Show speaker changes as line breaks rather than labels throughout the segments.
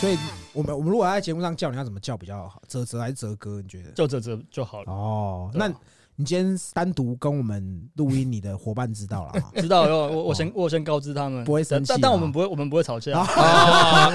所以我们我们如果要在节目上叫你要怎么叫比较好？泽泽还是泽哥？你觉得？
就这这就好了。
哦，
对
那
啊
你今天单独跟我们录音，你的伙伴知道了啊？
知道 了，我我先我先告知他们，
不会生气
但但
啊
我们不会，我们不会吵架。
哦，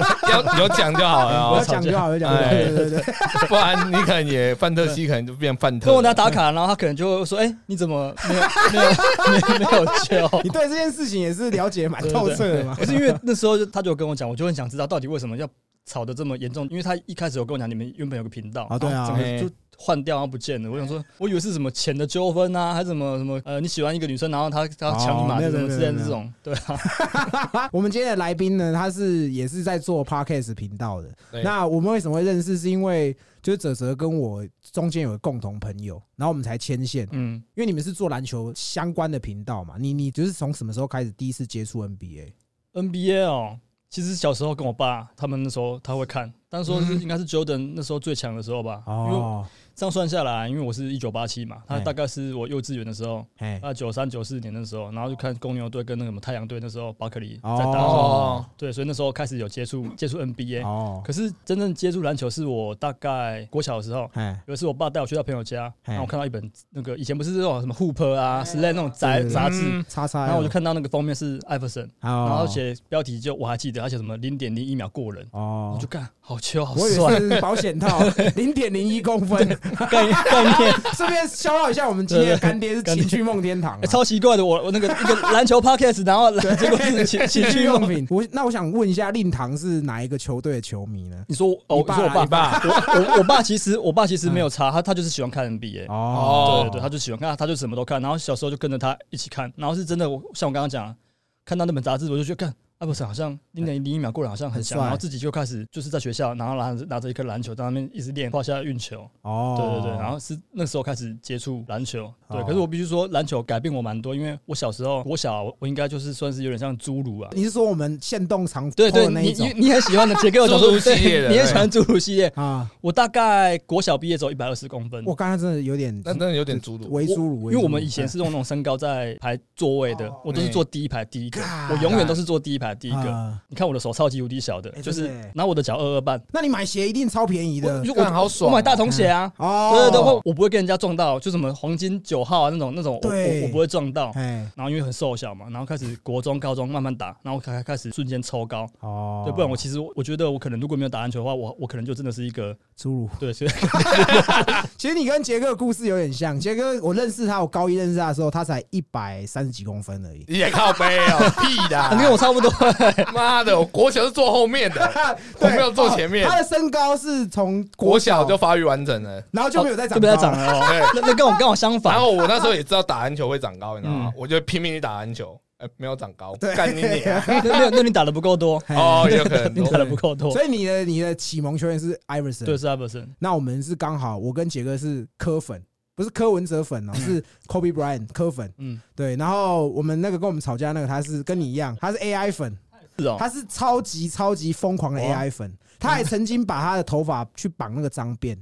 有有讲就好了
有
哦，
讲就好，有讲就好，
哎
对对对，
不然你可能也范特西可能就变范
跟
特
我
了。
拿打卡，然后他可能就会说：“哎，你怎么没有没有没有没有救？”
你对这件事情也是了解蛮
对对
透彻 的嘛
不？是因为那时候就他就有跟我讲，我就很想知道到底为什么要吵得这么严重，因为他一开始有跟我讲，你们原本有个频道
啊对啊
然后整个就换掉，然后不见了。我想说，我以为是什么钱的纠纷啊，还是什么什么呃，你喜欢一个女生，然后她她抢你马
哦没有
子什么
没有
之
没有
类的这种，对啊，
我们今天的来宾呢，他是也是在做 podcast 频道的。
对
那我们为什么会认识？是因为就是哲哲跟我中间有个共同朋友，然后我们才牵线。
嗯，
因为你们是做篮球相关的频道嘛，你你就是从什么时候开始第一次接触 NBA？
NBA 哦，其实小时候跟我爸他们那时候他会看，但是说是应该是 Jordan 那时候最强的时候吧。因为
嗯哦，
这样算下来，因为我是一九八七嘛，他大概是我幼稚园的时候，
哎，
啊九三九四年的时候，然后就看公牛队跟那个什么太阳队那时候巴克利在打的时候，
哦
哦，
对，所以那时候开始有接触接触 NBA。
哦，
可是真正接触篮球是我大概国小的时候，
哎，
有一次我爸带我去他朋友家，
嘿哎
然后我看到一本那个以前不是这种什么 Hoop 啊之类那种杂
对
杂志，
嗯
叉叉，
然后我就，看到那个封面是艾弗森，然后
哦，
写标题就我还记得，而且什么零点零一秒过人，我
哦
就，看好球好
我以
帅，
为是保险 套，零点零一公分。
概念概念，
顺便消耗一下我们今天的干爹是
干
情
爹
趣梦天堂啊、
欸超奇怪的，我我那个一个篮球 podcast，然后来结果是情情趣用品。
品。我那我想问一下，令堂是哪一个球队的球迷呢？
你说我
你
哦，你
爸
说我
啦
爸
你爸
我我我爸其实我爸其实没有差，他他就是喜欢看 NBA，
哦
对对，他就喜欢看，他就什么都看。然后小时候就跟着他一起看，然后是真的，我像我刚刚讲，看到那本杂志，我就觉得，看艾弗森好像零点零一秒过来好像很强，
很帅
然后自己就开始就是在学校，然后拿着拿着一颗篮球在那边一直练，画下运球，
哦
对对对，然后是那时候开始接触篮球，对
哦。
可是我必须说，篮球改变我蛮多，因为我小时候，我小我应该就是算是有点像侏儒啊，
你是说我们限动长
对
偷
对，
的哦那
你
一
你
种
你很喜欢的杰克，我想说
侏儒系列的
对 你很
对
喜欢侏儒系列。
啊？
我大概国小毕业之后一百二十公分，
我刚才真的有点
那真的有点侏儒。
微侏儒，
因为嗯我们以前是用那种身高在排座位的
哦，
我都是坐第一排第一个
嗯，
我永远都是坐第一排第
第
一个。你看我的手超级无敌小的
哎，
就
真
是
的耶
拿我的脚二二半，
啊那你买鞋一定超便宜的
我就
干好
我
爽哦
买大童鞋啊。
哦。
对对对，我我不会跟人家撞到，就什么黄金九号啊那种那种，我
对
我我不会撞到。
哎
然后因为很瘦小嘛，然后开始国中、高中慢慢打，然后开开始瞬间抽高，
哦，
对，不然我其实我我觉得我可能如果没有打篮球的话，我我可能就真的是一个
侏儒。
对，所以
啊其实你跟杰哥的故事有点像。杰哥，我认识他，我高一认识他的时候，他才一百三十几公分而已。
也靠背哦，屁
你 跟
的！
我差不多，
妈的，我国小是坐后面的， 我
对
没有坐前面
哦他的身高是从
国 小就发育完整了。
然后 就没有再长
就没有
高
再长
了。
了哦。
对，
那那跟我跟我相
然
反，
后我那时候也知道打篮球会长高，你知道吗
嗯？
我就拼命去打篮球，哎，没有长高
对，
干你 娘！
那那那你打的不够多，
嘿
哦，也有可能
你打的不够多，
所以你的你的启蒙球员是 Iverson，
对，是艾弗森。
那我们是刚好，我跟杰哥是科粉，不是柯文哲粉
嗯
哦，是 Kobe Bryant 科粉。
嗯，
对，然后我们那个跟我们吵架那个，他是跟你一样，他是 AI 粉，
是哦，
他是超级超级疯狂的
哇
AI 粉，他还曾经把他的头发去绑那个脏辫。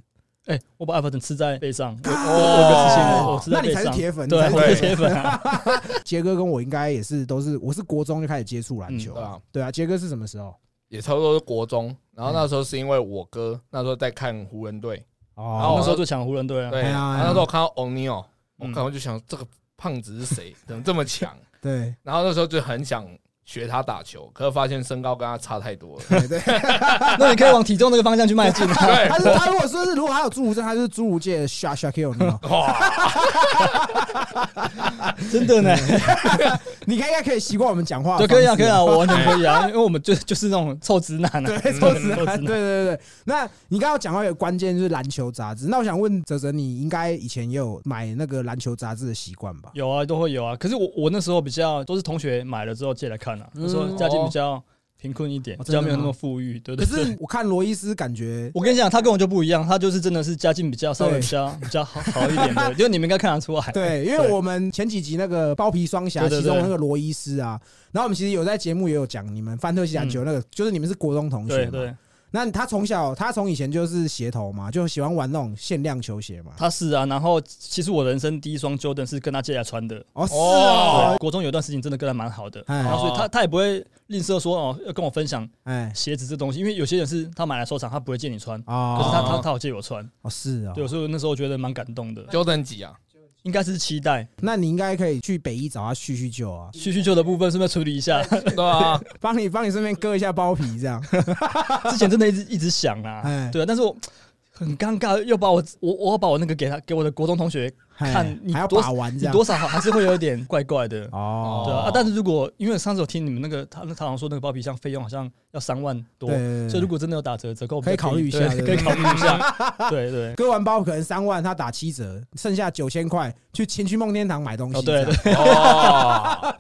哎，我把艾弗森吃在背上，我我有个事情
哦
我吃在
那你
背
才是
上，
铁粉，
对，
你才
我
是
是
铁粉
铁粉啊。
杰哥跟我应该也是，都是我是国中就开始接触篮球
嗯对啊，
对啊，杰哥是什么时候？
也差不多是国中。然后那时候是因为我哥那时候在看湖人队，
哦
我
然后我
哦那时候最强湖人队啊，
对，
哎
然
呀
后
哎呀
那时候我看到欧尼尔，我
嗯
看我就想这个胖子是谁？怎么这么强？
对
然后那时候就很想学他打球，可是发现身高跟他差太多了。
对对，
那你可以往体重那个方向去迈进啊。
对，
他是他如果说是如果他有侏儒症，他就是侏儒界的 Sha Shaquille O'Neal
哇，
真的呢，
你应该可以习惯我们讲话的
对，
方
可
式嗯啊，
以啊，可以啊，我完全可以啊，因为我们就 就是那种臭直男啊，
对，臭直
臭
男，对对对。那你刚刚讲到有关键就是篮球杂志，那我想问哲哲，你应该以前也有买那个篮球杂志的习惯吧？
有啊，都会有啊。可是我我那时候比较都是同学买了之后借来看啊，那时候家境比较贫困一点，
哦
比较没有
真
那
的
么
吗
富裕，对
可
对对。
是我看罗伊斯，感觉
我跟你讲，他跟我就不一样，他就是真的是家境比较稍微
对
比较比较好好一点 的，就你们应该看得出来。
对，因为我们前几集那个包皮双侠，
对对
其
对
中那个罗伊斯啊，然后我们其实有在节目也有讲，你们范特西篮球那个，就是你们是国中同学
嗯对
嘛，
对，
那他从小他从以前就是鞋头嘛，就喜欢玩那种限量球鞋嘛。
他是啊，然后其实我人生第一双 Jordan 是跟他借来穿的。
哦，是
对
哦，
国中有一段时间真的跟他蛮好的，
哎
然后所以他他也不会吝啬说哦要跟我分享
哎，
鞋子这东西，因为有些人是他买来收藏，他不会借你穿，可是
哦，
他他他有借我穿，
哦是哦，
对，所以我那时候觉得蛮感动的，
Jordan 几啊？
应该是期待
那你应该可以去北一找他叙叙旧啊，
叙叙旧的部分顺便处理一下，
对啊，
帮你帮你顺便割一下包皮这 样。
之前真的一直一直想啊
哎，
对啊，但是我很尴尬，又把我我我要把我那个给他给我的国中同学，
哎
看你
还要
多
把玩
你
这样
多。少还是会有点怪怪的，
哦，
对啊啊，但是如果因为上次有听你们那个他他好像说那个包皮箱费用好像要三万多
对，对，
所
对
以如果真的有打折折扣，
可以考虑一下
对
对
可以考虑一下，对对。
割完包可能三万，他打七折，剩下九千块去前去梦天堂买东西
哦，对
这样
哦，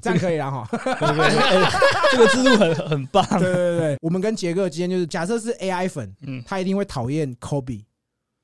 这样可以了 哈。
对对对，哎这个制度很很棒。
对对对对，我们跟杰哥之间 就是，假设是 AI 粉，
嗯
他一定会讨厌 Kobe，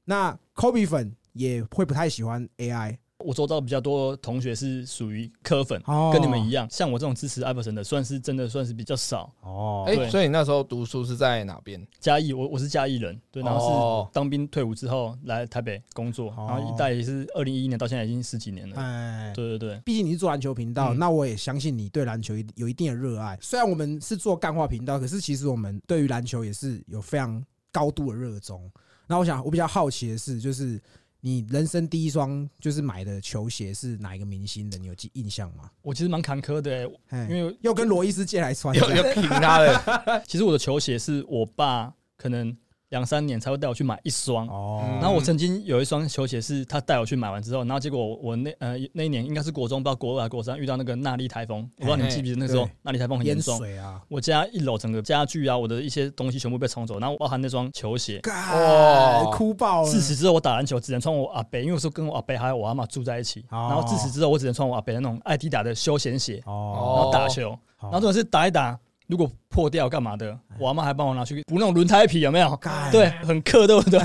那 Kobe 粉也会不太喜欢 AI，
我周遭比较多同学是属于科粉，
哦
跟你们一样，像我这种支持艾弗森的，算是真的算是比较少。
哦
哎，
对
所以你那时候读书是在哪 边？
嘉义，我我是嘉义人，对，然后
哦
是当兵退伍之后来台北工作，
哦
然后一待也是二零一一年到现在已经十几年了。
哎，
对对对，
毕竟你是做篮球频道，
嗯
那我也相信你对篮球一有一定的热爱。虽然我们是做干话频道，可是其实我们对于篮球也是有非常高度的热衷。那我想，我比较好奇的是，就是你人生第一双就是买的球鞋是哪一个明星的？你有记印象吗？
我其实蛮坎坷的、欸，
因
因为
又跟罗伊斯借来穿，
有有评他的
其实我的球鞋是我爸可能两三年才会带我去买一双，
哦
然后我曾经有一双球鞋是他带我去买完之后，然后结果我我那呃那一年应该是国中，不知道国二还是国三遇到那个纳莉台风，我不知道你们记不记得那时候
哎对
纳莉台风很严
淹
重，哦
水啊，
我家一楼整个家具啊，我的一些东西全部被冲走，然后包含那双球鞋。
哇，哭爆了，
自此之后，我打篮球只能穿我阿伯，因为我说跟我阿伯还有我阿妈住在一起。
哦
然后自此之后，我只能穿我阿伯的那种艾迪达的休闲鞋，然
哦，
后打球。然后重点是打一打，如果破掉干嘛的，我阿妈还帮我拿去补那种轮胎皮，有没有？
哎干
对，很克，对不对？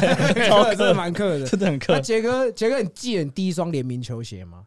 超
克 真的
克，
蛮克 的。
真的很
那
克。
杰哥，杰哥，你记得你第一双联名球鞋吗？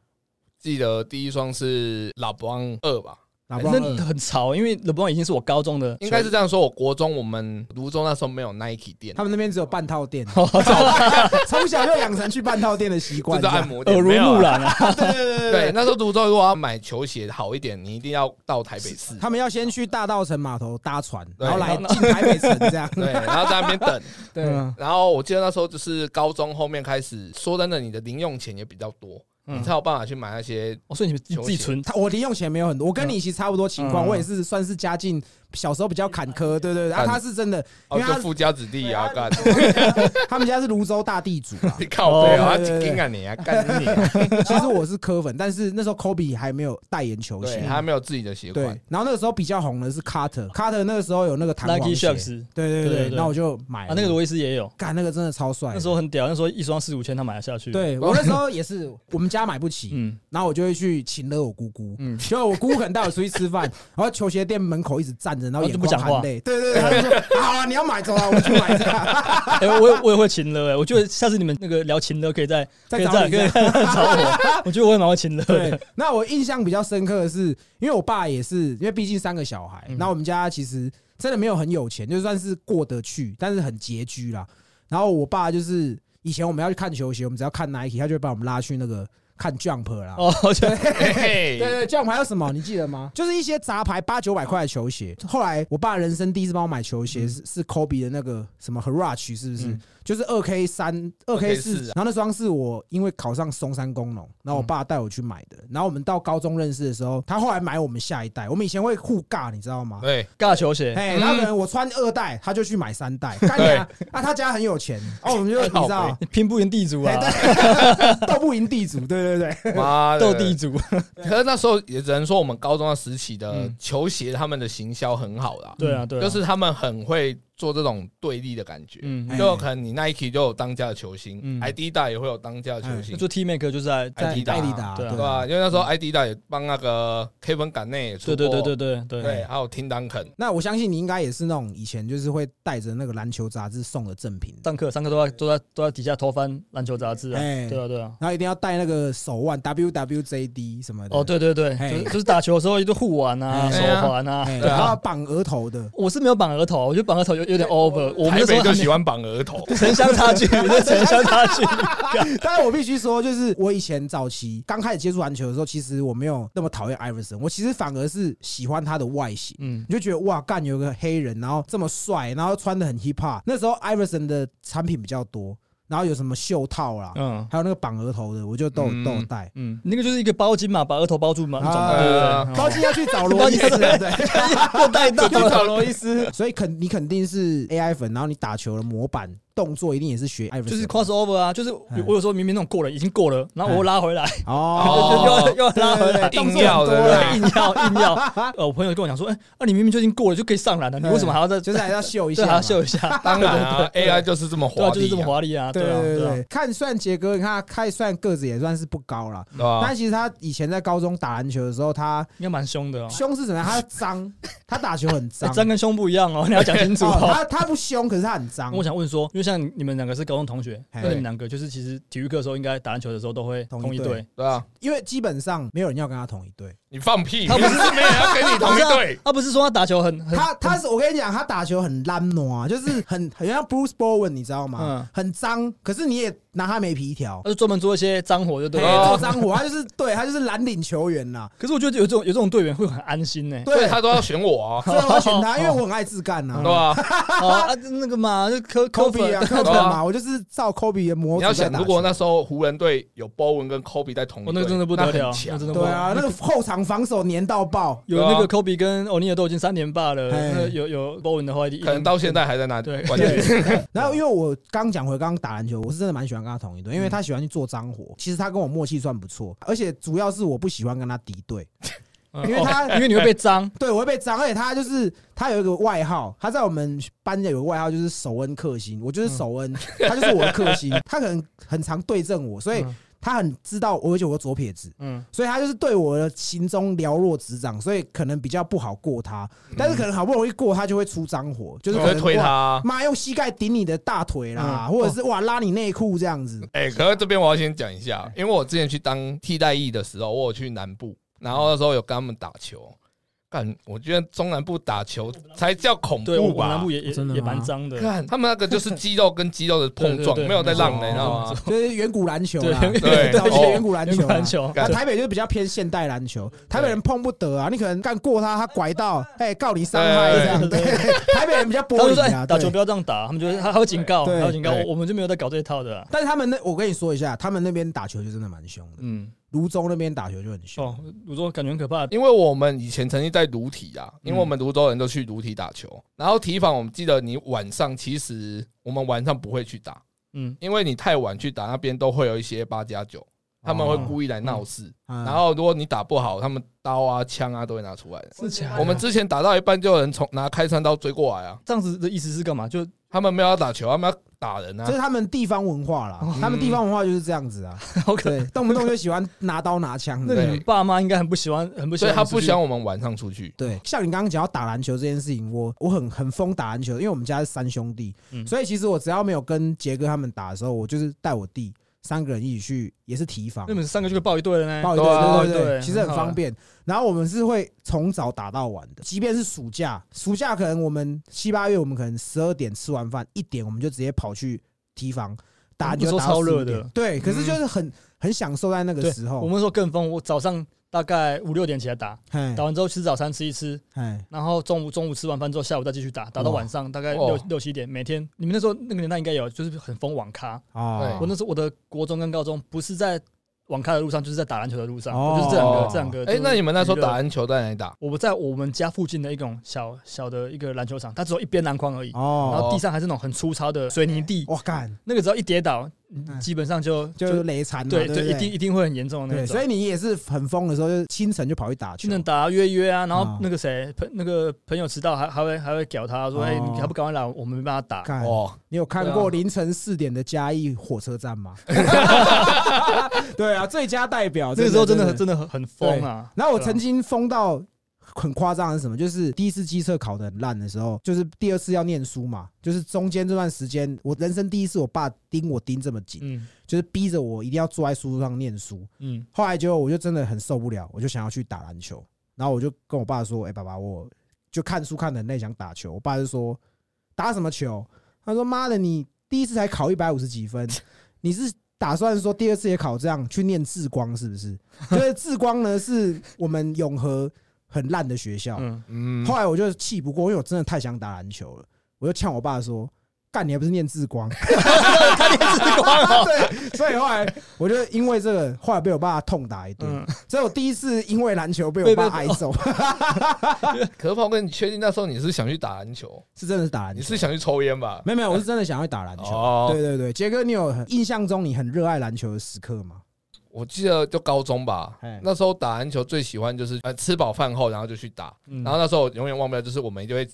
记得第一双是老邦二吧？
老
哎真的很潮，因为 LeBron 已经是我高中的，
应该是这样说。我国中我们泸州那时候没有 Nike 店，
他们那边只有半套店，
哦
耳
从小就养成去半套店的习惯
就。是按摩店。
濡
没有啊
目染啊。
对对对
对，，那时候泸州如果要买球鞋好一点，你一定要到台北市。
他们要先去大道城码头搭船，
对
然后来进台北城这 样。
对，然后在那边等。
对，
嗯
然后我记得那时候就是高中后面开始，说真的，你的零用钱也比较多，
嗯
你才有办法去买那些。
我说哦你们自己
球
自己
鞋
存，
他我零用钱没有很多，我跟你其实差不多情况，
嗯
我也是算是家境小时候比较坎坷，对对对。啊，
嗯
他是真的，因
哦，
为
就
他
富家子弟啊，干，
他们家是泸州大地主啊。
你靠背啊，
对对对
紧啊你啊，干你啊！
其实我是科粉，但是那时候 Kobe 还没有代言球
对，
鞋，
他没有自己的鞋
对
款。。
然后那个时候比较红的是 Carter，Carter 那个时候有那个弹
Nike
簧鞋，
Shocks
对
对
对
对
对。
对
那我就买
啊
了，
那个罗伊斯也有，
干那个真的超帅的。
那时候很屌，那时候一双四五千他买得下去。，
对我那时候也是， 我们家买不起，
哦嗯，
然后我就会去请了我姑姑，嗯，
嗯
就我姑姑可能带我出去吃饭， 然后球鞋店门口一直站着，然后
然后
眼
哦就不
光
讲话
含泪，对对对，他就说好啊，你要买走啊，我们去买这 样，
哎，我也我也会擒了哎，我觉得下次你们那个聊擒了可以再
再
可以
找
再
你
可以找我，我觉得我也蛮会擒了的。
对，那我印象比较深刻的是，因为我爸也是，因为毕竟三个小孩，
嗯
那我们家其实真的没有很有钱，就算是过得去，但是很拮据啦。然后我爸就是以前我们要去看球鞋，我们只要看 Nike，他就会把我们拉去那个看 Jump 啦，
哦，我觉得
嘿 嘿
对对，这样还有什么？你记得吗？就是一些杂牌八九百块的球鞋。后来我爸人生第一次帮我买球鞋是是 Kobe 的那个什么 Harach，是不是
嗯？
就是二 K 三、二 K 四
2K4 啊，
然后那双是我因为考上松山工农，然后我爸带我去买的。然后我们到高中认识的时候，他后来买我们下一代。我们以前会互尬，你知道吗？
对，
尬球鞋，
哎，
嗯
他可能我穿二代，他就去买三代。干你啊！啊，他家很有钱，哦，我们就你知
靠
道
你拼不赢地主啊，
斗不赢地主，对对对，
妈的
斗地主。
可是那时候也只能说，我们高中的时期的球鞋，他们的行销很好啦，
对啊，对啊，
就是他们很会做这种对立的感觉。
嗯，
哎
就可能你 Nike 就有当家的球星、
嗯
i d 大也会有当家的球
那
星，
做 T Maker 就是在
在
迪达
艾迪达，
对啊
对吧、因为那时候 i d 大也帮那个 Kevin 港内也出
对
过，
对对对对对
对，还有 Tim Duncan，
那我相信你应该也是那种以前就是会带着那个篮球杂志送的赠品，
上课上课都在都在都在底下偷翻篮球杂志啊，
哎
对啊对啊。
然后一定要带那个手腕 WWJD 什么的
哦，，对对对，
哎
就是就是打球的时候一堆护腕啊、
哎
手环啊。
哎
对啊
然后绑额头的，
我是没有绑额头，我觉得绑额头有有点 over。我们
台
那时
北
候
就
还
喜
没
欢绑额 头，
城乡差距，那城乡差距。
当然，我必须说，就是我以前早期刚开始接触篮球的时候，其实我没有那么讨厌艾弗森，我其实反而是喜欢他的外形。
嗯，
你就觉得哇，干有个黑人，然后这么帅，然后穿的很 hip hop。那时候艾弗森的产品比较多，然后有什么袖套啦，
嗯
还有那个绑额头的，我就都有
嗯
都有戴。
嗯，那个就是一个包巾嘛，把额头包住嘛，那种
啊
嘛对不对？
高进要去找罗伊斯了，对，
又 带到
去找罗
伊斯，
所以肯你肯定是 AI 粉，然后你打球的模板动作一定也是学艾弗
就
森
是 crossover 啊，就是
嗯
我有时候明明那种过了，已经过了，然后我又拉回来，
哦，
又
哦
又又拉回来，
动
硬
作
要
很多
的
啦
啦，
硬要硬要。呃，我朋友跟我讲说，哎，啊，你明明就已经过了，就可以上篮了，你为什么还要 再
就是还要秀一
对
下，
还要秀一下？
当然 啊，AI 就是这么
对
华
啊，
丽啊，
就是这么华丽啊，
对
对啊，
对对
对啊
对，，看算杰哥，你看他看算个子也算是不高啦。
对
哦
吧
嗯
但其实他以前在高中打篮球的时候，他
应该蛮凶的哦。
胸是怎么样？他脏， 他打球很
哎
脏，
脏跟凶不一样哦，你要讲清 楚
哦
哦。
他他不凶，可是他很脏。
我想问说，因为像你们两个是高中同学，
嘿
那你们两个就是其实体育课的时候，应该打篮球的时候都会
同一
同一
队
队。
对啊，
因为基本上没有人要跟他同一队。
你放屁，
他不是，
明明没有要跟你同一队
他不是说啊他打球很很
他他是我跟你讲，他打球很烂挪啊，就是很很像 Bruce Bowen，你知道吗
嗯？
很脏，可是你也拿他没皮条
他，就专门做一些脏活，就对
嘿
了。
哦
做脏活，他就是对他就是蓝领球员啦。
可是我觉得有这种有这种队员会很安心 呢。
所以
对，
他都要选我 啊，
所以我要选他，因为我很爱自干
对
呐。
吧？
哦啊，那个嘛，就科科
Kobe
比
啊，Kobe 嘛，我就是照 Kobe 的模
你
子
要
在
想，
打球。
如果那时候湖人队有波文跟科比在同一
我那
队，
个真的不得了，
很强
那真的不
对
得了
啊，那个后场防守粘到爆，
有那个科比跟欧尼尔都已经三年半了，
嘿
那有有波文的话，一定
可能到现在还在那
对
冠军。
然后因为我刚讲回刚刚打篮球，我是真的蛮喜欢跟他同一队，因为他喜欢去做脏活。其实他跟我默契算不错，而且主要是我不喜欢跟他敌对，
嗯
因为他
哦因为你会被脏，
对我会被脏。而且他就是他有一个外号，他在我们班有个外号就是首恩克星，我就是首恩，他就是我的克星。他可能很常对阵我，所以
嗯
他很知道我，而且我左撇子。
嗯，
所以他就是对我的行踪了若指掌，所以可能比较不好过他，但是可能好不容易过他就会出脏活，就是
我
可
会
能
推他啊。
妈用膝盖顶你的大腿啦，
嗯
或者是哇拉你内裤这样子。
哎，可是这边我要先讲一下，因为我之前去当替代役的时候，我有去南部，然后那时候有跟他们打球。干，我觉得中南部打球才叫恐
对，我
怖
们南
吧
部？也也
真的吗
也蛮脏哦的，
看他们那个就是肌肉跟肌肉的碰撞，
对对对
没有在让
没错
的，你知道吗？
就是远古篮球啦，
对
对
早期的
哦
远古篮球
远古
啦
篮。球啊
那台北就比较偏现代篮球，台北人碰不得啊，你可能干过他，他拐到，哎，告你伤 害这样。对，台北人比较玻
哎他们说：“
璃
哎，
啊，
打球
对
不。要这样打。”他们就会他他会警告，
对
他会警告
对
我，我们就没有在搞这一套的啊。
但是他们那，我跟你说一下，他们那边打球就真的蛮凶的，
嗯，
泸州那边打球就很凶。
哦，我说感觉很可怕。
因为我们以前曾经在卢体啊，因为我们泸州人都去卢体打球，然后体坊我们记得你晚上其实我们晚上不会去打，
嗯，
因为你太晚去打那边都会有一些八加九，他们会故意来闹事，
嗯
然后如果你打不好，他们刀啊枪啊都会拿出来的。
是假
我们之前打到一半就有人从拿开山刀追过来啊，
这样子的意思是干嘛？就
他们没有要打球，他们要打人
这
啊，
是他们地方文化
哦
啦，他们地方文化就是这样子啊，
好可
对，动不动就喜欢拿刀拿枪的。
那你爸妈应该很不喜欢，很不喜
所以
欢，
他不想我们晚上出去。
对，像你刚刚讲到打篮球这件事情，我我很很疯打篮球，因为我们家是三兄弟，
嗯
所以其实我只要没有跟杰哥他们打的时候，我就是带我弟三个人一起去，也是提防
那，你们三个就可以抱一队了呢。
抱一队，
对啊
对对
对
对，其实很
很好
方便。然后我们是会从早打到晚的，即便是暑假，暑假可能我们七八月，我们可能十二点吃完饭，一点我们就直接跑去提防打篮
那时
球，
候
打到
超热
4点
的嗯
对，可是就是很很享受在那个
对
时候，
我们那时候更疯，我早上大概五六点起来打，
哎
打完之后吃早餐吃一吃，
哎，
然后中午中午吃完饭之后，下午再继续打，打到
哇
晚上大概
哇
六六七点，每天。你们那时候那个年代应该有，就是很疯网咖。
哦
对
我那时候我的国中跟高中不是在网咖的路上，就是在打篮球的路上，
哦
我就是这两个
哦
这两个。
哎，那你们那时候打
娱乐？
篮球在哪里打？
我们在我们家附近的一种小小的一个篮球场，它只有一边篮筐而已，然
哦，
后地上还是那种很粗糙的水泥地，
我干。
那个只要一跌倒，你基本上就
就是累残嘛，
对
对不
一定一定会很严重的那
对，
种。
所以你也是很疯的时候，就是清晨就跑去打
去
球
那，打约约啊，然后
啊
那个谁朋那个朋友迟到还还会还会屌他说，
哦
哎，你还不赶快来，我们没办法打。
看
哦，
你有
啊
看过凌晨四点的嘉义火车站 吗？对啊，最佳代表，
那个时候真的
的
很真的很很疯啊。
然后我曾经疯到很夸张的是什么？就是第一次机测考的很烂的时候，就是第二次要念书嘛，就是中间这段时间，我人生第一次我爸盯我盯这么紧，
嗯
就是逼着我一定要坐在书桌上念书。
嗯，
后来就我就真的很受不了，我就想要去打篮球，然后我就跟我爸说：“哎、爸爸，我就看书看得很累，想打球。”我爸就说：“打什么球？他说妈的，你第一次才考一百五十几分，你是打算说第二次也考这样去念志光是不是？就是志光呢是我们永和很烂的学校，
嗯，
嗯，
后来我就气不过，因为我真的太想打篮球了，我就呛我爸说：“干，你还不是念志光？”
看电视光哦，
对，所以后来我就因为这个，后来被我爸痛打一顿
嗯。
这是我第一次因为篮球被我爸挨揍，
可是炮哥，你确定那时候你是想去打篮球？
是真的是打篮
你
球。
是想去抽烟吧？
没有没有，我是真的想要打篮球。
哦
对对对，杰哥，你有很印象中你很热爱篮球的时刻吗？
我记得就高中吧
嘿，
那时候打篮球最喜欢就是呃吃饱饭后，然后就去打。
嗯
然后那时候我永远忘不了，就是我们就会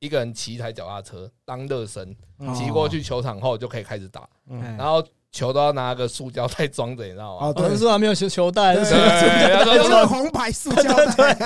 一个人骑一台脚踏车当热身，
嗯
骑过去球场后就可以开始打，
哎
嗯
然后球都要拿个塑胶袋装着，你知道吗？
哦，
我们
对，
说还没有球球带，
对
是
对，然后
就
就是
红白塑胶袋，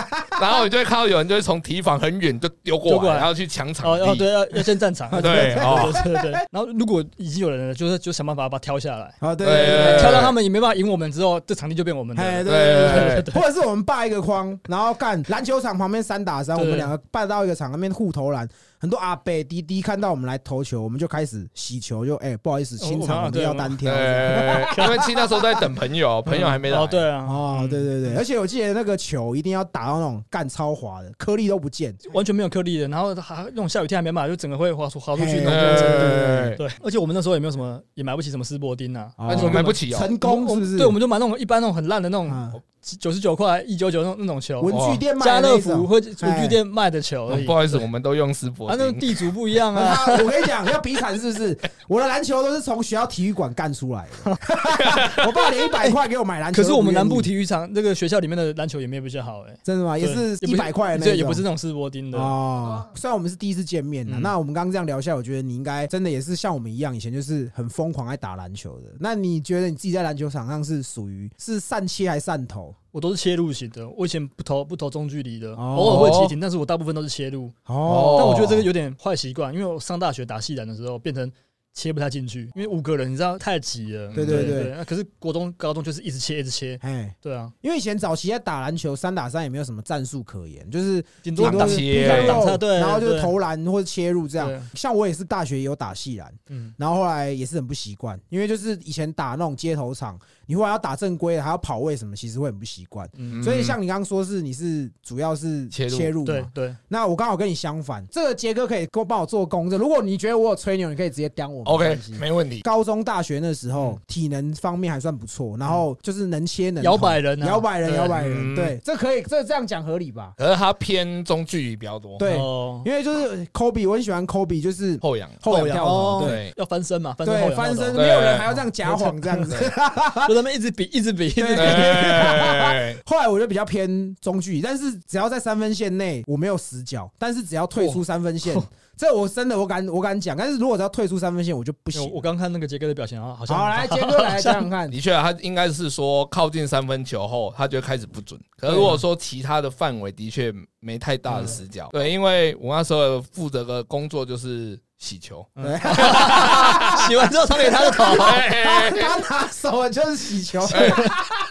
然后你就会看到有人就会从体房很远就丢
丢
过
过
来，
来
然后去抢
哦
场
哦，
地。
对，要要先站场，
对哦
对对对。然后如果已经有人了，就是就想办法把它挑下来，
哦对
对对对
对
挑到他们也没办法赢我们之后，这场地就变我们的了。
哎对
对
对对。
对对，
或者是我们霸一个框，然后干篮球场旁边三打三，我
对
们两个霸到一个场那边互投篮，很多阿伯滴滴看到我们来投球，我们就开始洗球，就哎、不好意思，
哦
新场
我
我
们
们要单挑。
对，因为其实那时候在等朋友，朋友还没来。
哦，对啊，
哦，对对对，而且我记得那个球一定要打到那种干超滑的，颗粒都不见。
完全没有颗粒的，然后还那种下雨天还没办法，就整个会滑出滑出去
嘿
那种
对
这样子。
对
哎，
哦对，而且我们那时候也没有什么，也买不起什么斯伯丁啊，
那你们买不起哦。
成功
我
是
们
不是？
对，我们就买那种一般那种很烂的那种
啊
九十九块一九九那种那种球，
文具店卖
家
的那
乐
一
福
种。哎
或者文具店卖的球而已。
不好意哦思，我们都用斯伯
啊，那种
丁。
地主不一 样啊，
啊我跟你讲，要比惨是不是？我的篮球都是从学校体育馆干出来的。我爸连一百块给我买篮球
可
都不愿意，
是我们南部体育场那个学校里面的篮球也没有比较好哎、
真的吗？也
对
是
也不
一百块的那
对，
种，
也不是那种斯伯丁的。
哦，虽然我们是第一次见面呢、
嗯
那我们刚刚这样聊下来，我觉得你应该真的也是像我们一样，以前就是很疯狂爱打篮球的。那你觉得你自己在篮球场上是属于是散切还是散投？
我都是切入型的，我以前不投不投中距离的，
哦
偶尔会急停，但是我大部分都是切入。
哦，
但我觉得这个有点坏习惯，因为我上大学打系篮的时候变成。切不太进去，因为五个人你知道太挤了。
对对
对
对
那可是国中、高中就是一直切，一直切。
哎，
对啊，
因为以前早期在打篮球，三打三也没有什么战术可言，就是
顶
顶
多
挡
多
打
是
切
拼
挡
肉
拆对
然后就是
对
投篮或者切入这样
对。
像我也是大学也有打系篮，
嗯，
然后后来也是很不习惯，因为就是以前打那种街头场，你后来要打正规的，还要跑位什么，其实会很不习惯。
嗯
所以像你刚刚说是你是主要是
切入
切入
对
嘛，
对，
那我刚好跟你相反，这个杰哥可以给我帮我做公正。如果你觉得我有吹牛，你可以直接刁我。没
嗯 OK，嗯
关系
没问题。
高中、大学那时候，体能方面还算不错，然后就是能切能
摇
摆
摆人啊，
摇摆人，摇摆人，
嗯
对，这可以，这这样讲合理吧？
可是他偏中距离比较多，
对，
哦
因为就是科比，我很喜欢科比，就是
后仰。
后仰
仰
跳投，
哦
对
对，
要翻身嘛，翻身后
对，
仰
翻身，啊
跳
没有人
对
还要这样假谎这样子。
投，就他们一直比，一直比，一直比。
哎
后来我就比较偏中距离，但是只要在三分线内，我没有死角。但是只要退出三分线，
哦
这我真的我敢我敢讲。但是如果只要退出三分线，我就不
我
行。
我刚看那个杰哥的表情啊，好像
好，来杰哥来讲讲 看。
的确啊，他应该是说靠近三分球后，他就开始不准。可是如果说其他的范围，的确没太大的死角。对，因为我那时候负责的工作就是洗球，
对
洗完之后传给他的头。
他
哎
他拿手就是洗 球，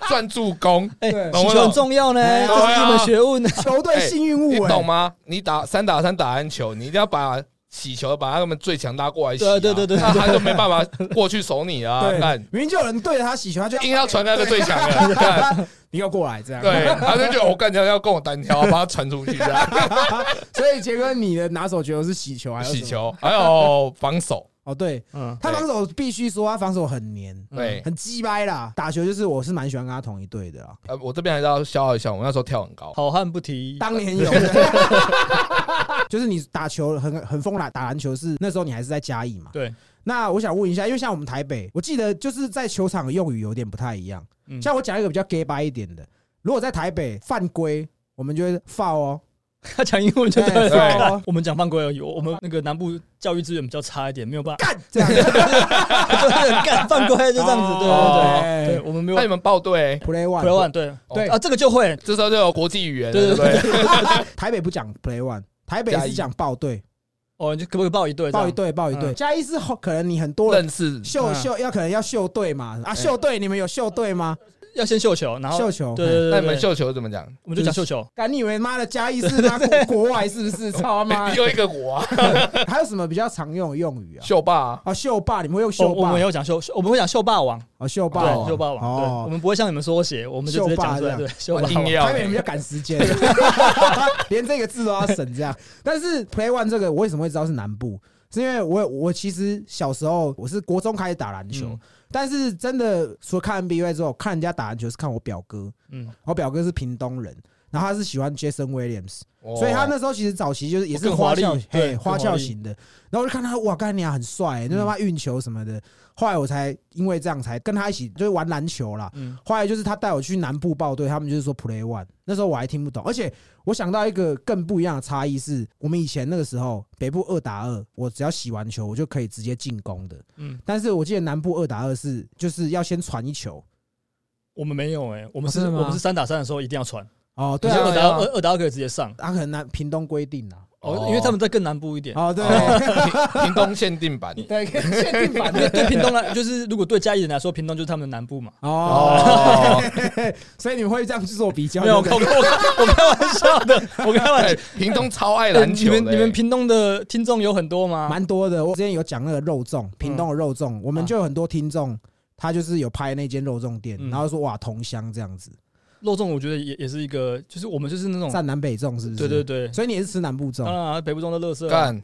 转助攻，
哎，
对
洗球很重要呢，
哎对啊
这是一门学问呢。
球队幸运
你
物哎
懂，吗？你打三打三打篮球，你一定要把洗球把他们最强拉过来洗、
对
啊，
对对对
那他就没办法过去守你啊，
对，
干
明明就有人对着他洗球，他就
硬要传那个最强 的，啊干
你要过来这样。
对，他就觉得我干掉要跟我单挑，把他传出去这样。
所以杰哥你的拿手球是洗球还是
洗？球，还有防守，
哦，对
嗯，
他防守必须说他防守很黏，
对。
很鸡掰啦。打球就是我是蛮喜欢跟他同一队的啦，啊
呃，我这边还是要消耗一下，我那时候跳很高，
好汉不提
当年 有。就是你打球很很疯啦，打篮球是那时候你还是在嘉义嘛？
对，
那我想问一下，因为像我们台北，我记得就是在球场的用语有点不太一样。
嗯
像我讲一个比较 gay 白一点的，如果在台北犯规，我们就会 foul 哦。
他讲英文就对
哎对
了。我们讲犯规而已，我我们那个南部教育资源比较差一点，没有办法，
干 这样子，
就是 干犯规就这样子，对
哦
对对，对
对
我们没有
那你们报队，
，play one
哦 play one 对
对
啊，这个就会
这时候就有国际语言了，
对
对不对？
台北不讲 play one，台北是讲报队，
哦，你就可不可以报一队？
报一，队，报一队。
嗯
嘉义是后可能你很多人
认识
秀
嗯
秀要可能要秀队嘛？啊，秀队你们有秀队吗？
要先绣球，然后
绣球哎
对对对，
那你们
对，
绣球怎么讲？
我们就讲绣球，
干你以为妈的嘉义是妈国国外是不 是？操 妈！
又一个我啊，
还有什么比较常用的用 语啊？
秀霸啊，
啊，秀霸，你们会用
我
秀
哦我
霸
们？有讲秀，我们会讲秀霸王，
啊，秀霸
对，
哦，
秀霸王，对，我
哦，
们不会像你们缩写，我们就直接讲出来，
秀霸这
对，秀
我
霸
硬
王。
要
台北人比较
欸，
赶时 间，连这个字都要省这样。但是 Play One 这个，我为什么会知道是南部？是因为我我其实小时候我是国中开始打篮球，
嗯
但是真的除了看 NBA 之后，看人家打篮球是看我表哥，
嗯，
我表哥是屏东人，然后他是喜欢 Jason Williams，
哦
所以他那时候其实早期就是也是
哦更华
花
丽
俏，
对
嘿，
更
花
华
俏
丽嗯
型的。然后我就看他，哇，干你啊，很帅欸，那他妈运球什么的。后来我才因为这样才跟他一起就是玩篮球啦。
嗯
后来就是他带我去南部报队，他们就是说 Play One，那时候我还听不懂。而且我想到一个更不一样的差异是，我们以前那个时候北部二打二，我只要洗完球我就可以直接进攻的。
嗯
但是我记得南部二打二是就是要先传一球。
我们没有哎，我们是
哦真的吗
我们是三打三的时候一定要传，
哦，
可
对
是
啊，
二打
对啊
二二打二可以直接上，
啊，可能南屏东规定啊。
哦
哦，
因为他们在更南部一点。
哦，对，
哦屏屏东限定版，
对，限定版
因为对屏东来， 就是如果对嘉义人来说，屏东就是他们的南部嘛。
哦，所以你们会这样去做比较？
没有，我
对
我
不对
我我开玩笑的，我开玩笑
对。，屏东超爱
哎
篮
你
球
们
的欸，
你们屏东的听众有很多吗？
蛮多的。我之前有讲那个肉
嗯
粽，屏东的肉粽，我们就有很多听众，他就是有拍那间肉粽店，
嗯
然后说哇同乡这样子，
肉粽，我觉得也也是一个，就是我们就是那种，
占南北粽是不是？
对对，对，
所以你也是吃南部粽
当。然啊北部粽的乐色，
欸干，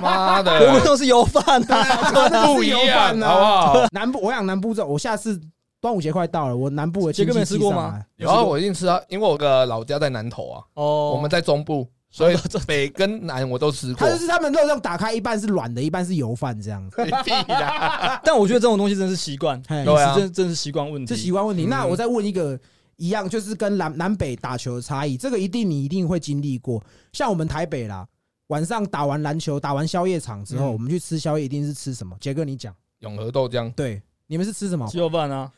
妈
北部
的，
粽是油饭啊，
不一样，好不好？
南部，我想南部粽，我下次端午节快到了，我南部的
杰
亲
哥没
戚
吃
寄
过
上
吗
来。
然后我一定吃啊，因为我的老家在南投啊，
哦，
我们在中部，所以
这
北跟南我都吃过
他。就是他们肉粽打开一半是软的，一半是油饭这样子，
你屁啦！
但我觉得这种东西真的是习惯，
嘿
对啊
是真真的是习惯问
是习
题。
惯问题。
嗯
那我再问一个一样，就是跟南南北打球的差异，这个一定你一定会经历过。像我们台北啦，晚上打完篮球、打完宵夜场之后，
嗯
我们去吃宵夜，一定是吃什么？杰哥，你讲，
永和 豆浆，
对，你们是吃什么？
鸡肉饭啊，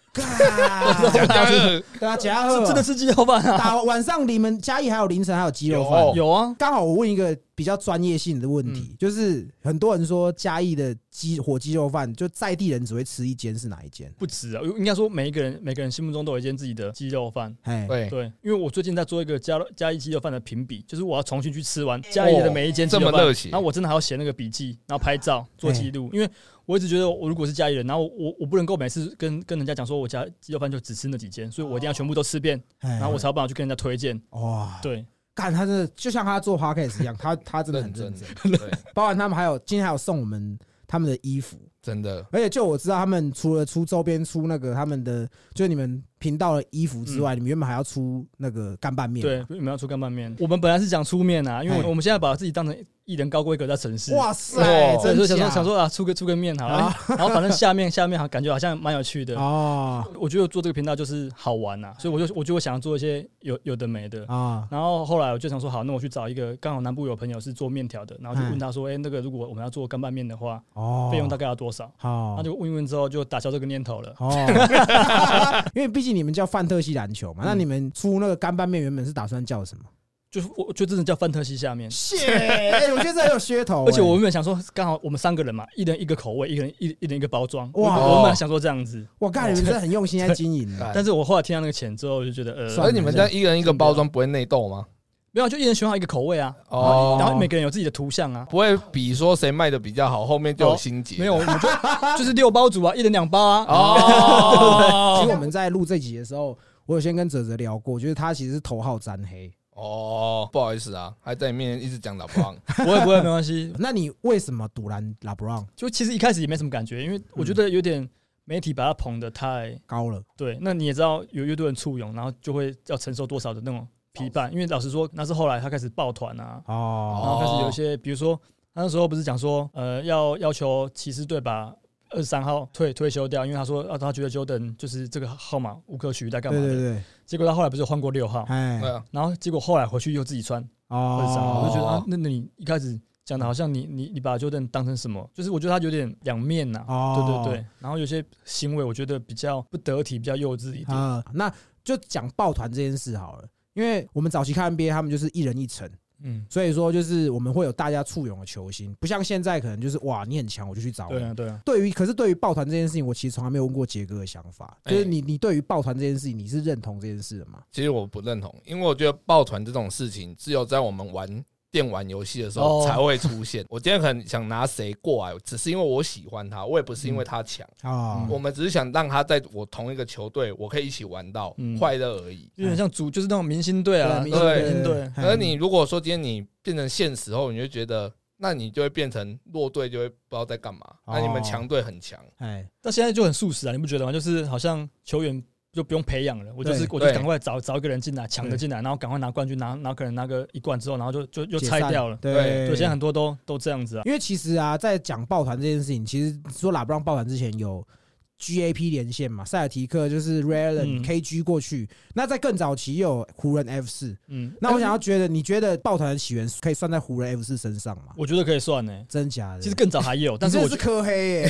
干
加热
对啊，假
是
贺
真的吃鸡肉饭啊，
打 晚上，你们嘉义还有凌晨还有鸡肉饭
有。
有啊，
刚好我问一个比较专业性的问题，就是很多人说嘉义的鸡火鸡肉饭，就在地人只会吃一间，是哪一间？
不止啊，应该说每一个人每个人心目中都有一间自己的鸡肉饭。
哎，
对，
对，因为我最近在做一个嘉嘉义鸡肉饭的评比，就是我要重新去吃完嘉义的每一间鸡肉
哦这么热
饭
血，嗯
然后我真的还要写那个笔记，然后拍照做记录，因为我一直觉得我如果是嘉义人，然后我我不能够每次跟跟人家讲说我家鸡肉饭就只吃那几间，所以我一定要全部都吃遍，
然
然后我才有办法去跟人家推荐。
哇，
对，
干，他真的就像他做 podcast 一样，他他真的很
认
认
真
真。，
对，
包含他们还有今天还有送我们他们的衣服，
真的。
而且就我知道，他们除了出周边、出那个他们的，就是你们频道的衣服之外，你们原本还要出那个干拌面。
嗯对，你们要出干拌面，我们本来是讲出面啊，因为
哎
我我们现在把自己当成一人高规格在城市。
哇塞
哇，
对
真
所
的
以想说想说啊，出个出个面好了，
啊
然后反正下面下面好感觉好像蛮有趣的。
啊
我觉得做这个频道就是好玩
哎
呐、所以我就我就会想要做一些有有的没的。
啊
然后后来我就想说，好，那我去找一个刚好南部有朋友是做面条的，然后就问他说，哎、那个如果我们要做干拌面的话，
嗯哦，
费用大概要多少？
好
那就问一问之后就打消这个念头了。
哦，因为毕竟你们叫范特西篮球嘛，那
嗯
你们出那个干拌面原本是打算叫什么？
就是我我就真的叫范特西下面，
谢，哎我觉得这很有噱头。
而且我
哎
原本想说，刚好我们三个人嘛，一人一个口味，一个人一一人一个包装。
哇
我我本来想说这样子，
我看你们真的很用心在经营啊。
干
但是我后来听到那个钱之后，我就觉得呃，
算
所
了
以你们这样一人一个包装，不会内斗吗？
没有，就一人选好一个口味啊，
哦
然后每个人有自己的图像啊。
不会比说谁卖的比较好，后面就有心结。
哦没有，我们就就是六包组啊，一人两包
哦
啊。
其实我
哦
们在录这集的时候，我有先跟哲哲聊过，就是他其实是头号沾黑。
哦，不好意思啊，还在你面前一直讲老 棒。
不会不会，没关系。
那你为什么堵拦拉布朗
就其实一开始也没什么感觉，因为我觉得有点媒体把它捧得太
高了？
对。那你也知道，有越多人簇拥，然后就会要承受多少的那种批判。因为老实说，那是后来他开始抱团啊，然
哦
后开始有一些，比如说他那时候不是讲说，呃，要要求骑士队把。二十三号退退休掉，因为他说啊，他觉得 Jordan 就是这个号码无可取代，干嘛
对
的？哦呃
对对，
结果他后来不是换过六号，
哎
对，啊，
然后结果后来回去又自己穿，二十三号，我
哦，
就觉得啊，那那你一开始讲的好像你你你把 Jordan 当成什么？就是我觉得他有点两面呐、
哦
对对对。然后有些行为我觉得比较不得体，比较幼稚一
啊
点。
啊，那就讲抱团这件事好了，因为我们早期看 NBA，他们就是一人一层，
嗯，
所以说，就是我们会有大家簇拥的球星，不像现在可能就是哇，你很强，我就去找
对
你。
啊，对啊，
对于可是对于抱团这件事情，我其实从来没有问过杰哥的想法，就是
哎
你你对于抱团这件事情，你是认同这件事的吗？
其实我不认同，因为我觉得抱团这种事情只有在我们玩电玩游戏的时候
哦
才会出现。我今天很想拿谁过来，只是因为我喜欢他，我也不
嗯
是因为他强，
哦
啊
我们只是想让他在我同一个球队，我可以一起玩到
嗯
快乐而已。
有点像组，就是那种明星队啊，
明
星队
明星队，
而你如果说今天你变成现实后，你就觉得。那你就会变成弱队，就会不知道在干嘛。
哦
那你们强队很强，
哎，
但现在就很速食啊，你不觉得吗？就是好像球员就不用培养了，我就是
对
我就赶快找找一个人进来，抢着进来，然后赶快拿冠军，拿拿可能拿个一冠之后，然后就就就
解
拆
散
掉了。
对，
对
对，现在很多都都这样子啊。
因为其实啊，在讲抱团这件事情，其实说拉布朗抱团之前有 GAP 连线嘛，塞尔提克就是 Raylan、
嗯
KG 过去，那在更早期也有湖人 F 四。
嗯，
那我想要觉得，你觉得抱团的起源可以算在湖人 F 四身上吗？
我觉得可以算呢。
真假的？
其实更早还有，但是
你
我
真的
觉
是科黑耶、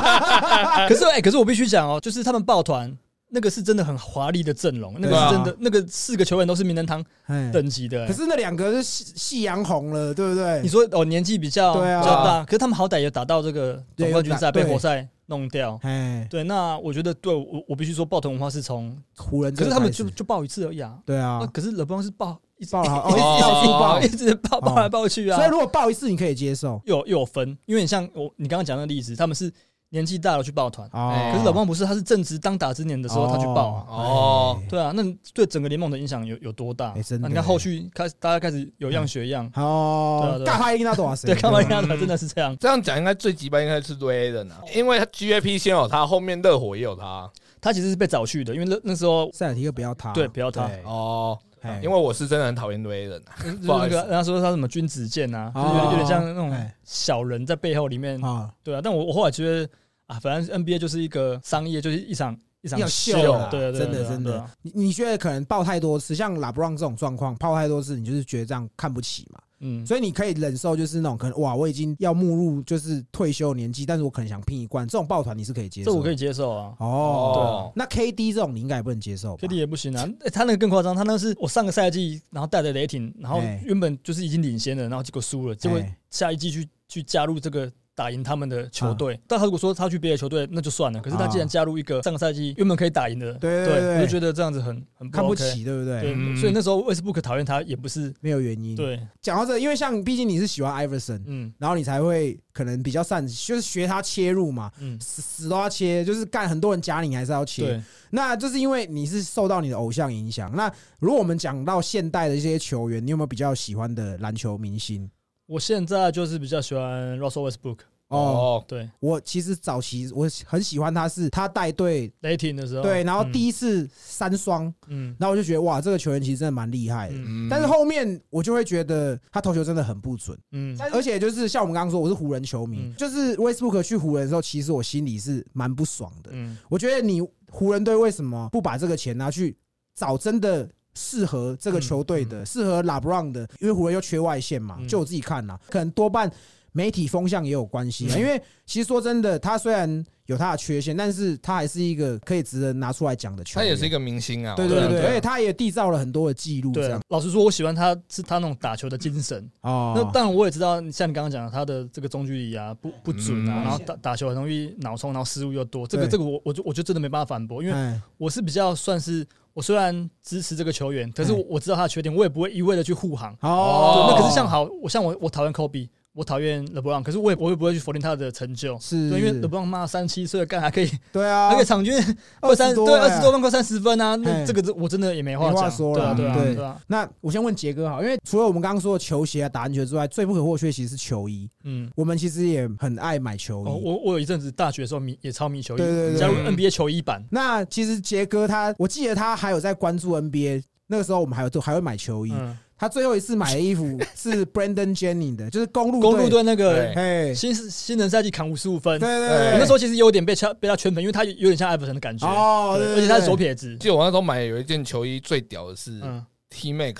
可是哎、可是我必须讲哦，就是他们抱团。那个是真的很华丽的阵容，那
对
个
啊
是真的，那个四个球员都是名人堂
哎
等级的、哎
可是那两个是夕夕阳红了，对不对？
你说哦，年纪比较
对啊
比较大，可是他们好歹也打到这个总冠军赛，
对
被
有打
活塞弄掉。
哎，
对，那我觉得对我我必须说，抱团文化是从，
湖人
可
这
是
个
他们
开始
就就抱一次而已啊。
对啊
啊，，可是勒布朗是抱一直
爆了
一直
哦，到处爆
爆
一直一直抱抱来抱去啊
所以。如果爆一次，你可以接受
又有又有分，因为你像我你刚刚讲的例子，他们是年纪大了去抱团，
哦
哎
可是勒布朗不是，他是正值当打之年的时候他去抱啊。
哦
哎
对啊，那你对整个联盟的影响有有多大？
哎真的
那你看后续开始大家开始有样学样，对啊
哦，
对啊
尬拍应该多少岁？
对，看完一
吧
下真的是这样。
这样讲应该最急吧？应该是 Ray 的
哦
呢，因为他 GAP 先有他，后面热火也有他
他其实是被找去的，因为那那时候
塞尔提克不要他，
对不要他
对
哦。
哎
因为我是真的很讨厌啊 Ray 的呢，
就是
不好
那
意思
个人家说他什么君子剑啊，就
哦
是有点有点像那种
哎
小人在背后里面，
啊，
对啊。但我我后来觉得啊，反正 NBA 就是一个商业，就是一场一场
要秀啦
对啊对啊
真的
对啊
真
对
的
啊。
你你觉得可能爆太多次，像拉布朗这种状况，爆太多次，你就是觉得这样看不起嘛？
嗯，
所以你可以忍受，就是那种可能哇，我已经要步入就是退休年纪，但是我可能想拼一冠，这种抱团你是可以接受
这
的。
我可以接受啊。
哦。
哦
那 KD 这种你应该也不能接受吧
K D 也不行啊，欸他那个更夸张，他那个是我上个赛季，然后带着雷霆，然后
哎
原本就是已经领先了，然后结果输了，结果
哎
下一季去去加入这个打赢他们的球队。但他如果说他去别的球队，那就算了。可是他既然加入一个上个赛季原本可以打赢的，
啊对对对
对，我就觉得这样子很很
看不
OK
起，对不对？
对，
嗯
所以那时候威斯布克讨厌他也不是
没有原因。，
对，
讲到这，因为像毕竟你是喜欢 Iverson，
嗯
然后你才会可能比较擅，就是学他切入嘛，
嗯，
死死都要切，就是干很多人夹你还是要切。
对，
那就是因为你是受到你的偶像影响。那如果我们讲到现代的一些球员，你有没有比较喜欢的篮球明星？
我现在就是比较喜欢 Russell Westbrook，
哦，
哦，
对，
我其实早期我很喜欢他，是他带队
雷霆的时候，
对，然后
嗯
第一次三双，
嗯
然后我就觉得哇，这个球员其实真的蛮厉害的。
嗯
嗯
但是后面我就会觉得他投球真的很不准，
嗯，
而且就是像我们刚刚说，我是湖人球迷，
嗯
就是威斯布鲁克去湖人的时候，其实我心里是蛮不爽的。
嗯
我觉得你湖人队为什么不把这个钱拿去找真的适合这个球队的、适合拉布朗的？因为湖人又缺外线嘛，
嗯
就我自己看啦，可能多半媒体风向也有关系啊。
嗯
因为其实说真的，他虽然有他的缺陷，但是他还是一个可以值得拿出来讲的球
他
员。
也是一个明星啊，
对
我觉
对
得
对，
对啊
而且他也缔造了很多的记录，这
对啊
样，
老实说，我喜欢他是他那种打球的精神。啊那
哦。
当然，我也知道，像你刚刚讲的，他的这个中距离啊不不准啊，
嗯
然后打打球很容易脑冲，然后失误又多。这个
对
这个我我就我就真的没办法反驳，因为
哎
我是比较算是我虽然支持这个球员，可是我我知道他的缺点，我也不会一味的去护航。
嗯哦
对，那可是像好，我像我我讨厌科比，我讨厌勒布朗，可是我也我也不会去否定他的成就，
是，
对，因为勒布朗妈三七岁干还可以，
对啊，
还可以场均二三
多
对
哎
二十多分快三十分啊，
哎
那这个我真的也没话
没话
讲，
说
对
啦
啊对啊
对
对啊，
那我先问杰哥好，因为除了我们刚刚说的球鞋啊、打篮球之外，最不可或缺其实是球衣。
嗯。
我们其实也很爱买球
哦，
衣。
我我有一阵子大学的时候迷也超迷球衣，
对对对
加入
嗯
NBA 球衣版，
那其实杰哥他，我记得他还有在关注 NBA。那个时候我们还有都还会买球衣，
嗯，
他最后一次买的衣服 是 Brandon Jennings 的，就是公路
公路
队，
队那个
对
嘿，
新新人赛季扛五十五分，
对
我
对
哎
对，
那时候其实有点被他被他圈粉，因为他有有点像艾弗森的感觉，
哦，对
对
对
而且他是左
对
撇子，
记得我那时候买有一件球衣，最屌的是
嗯，啊
T Mac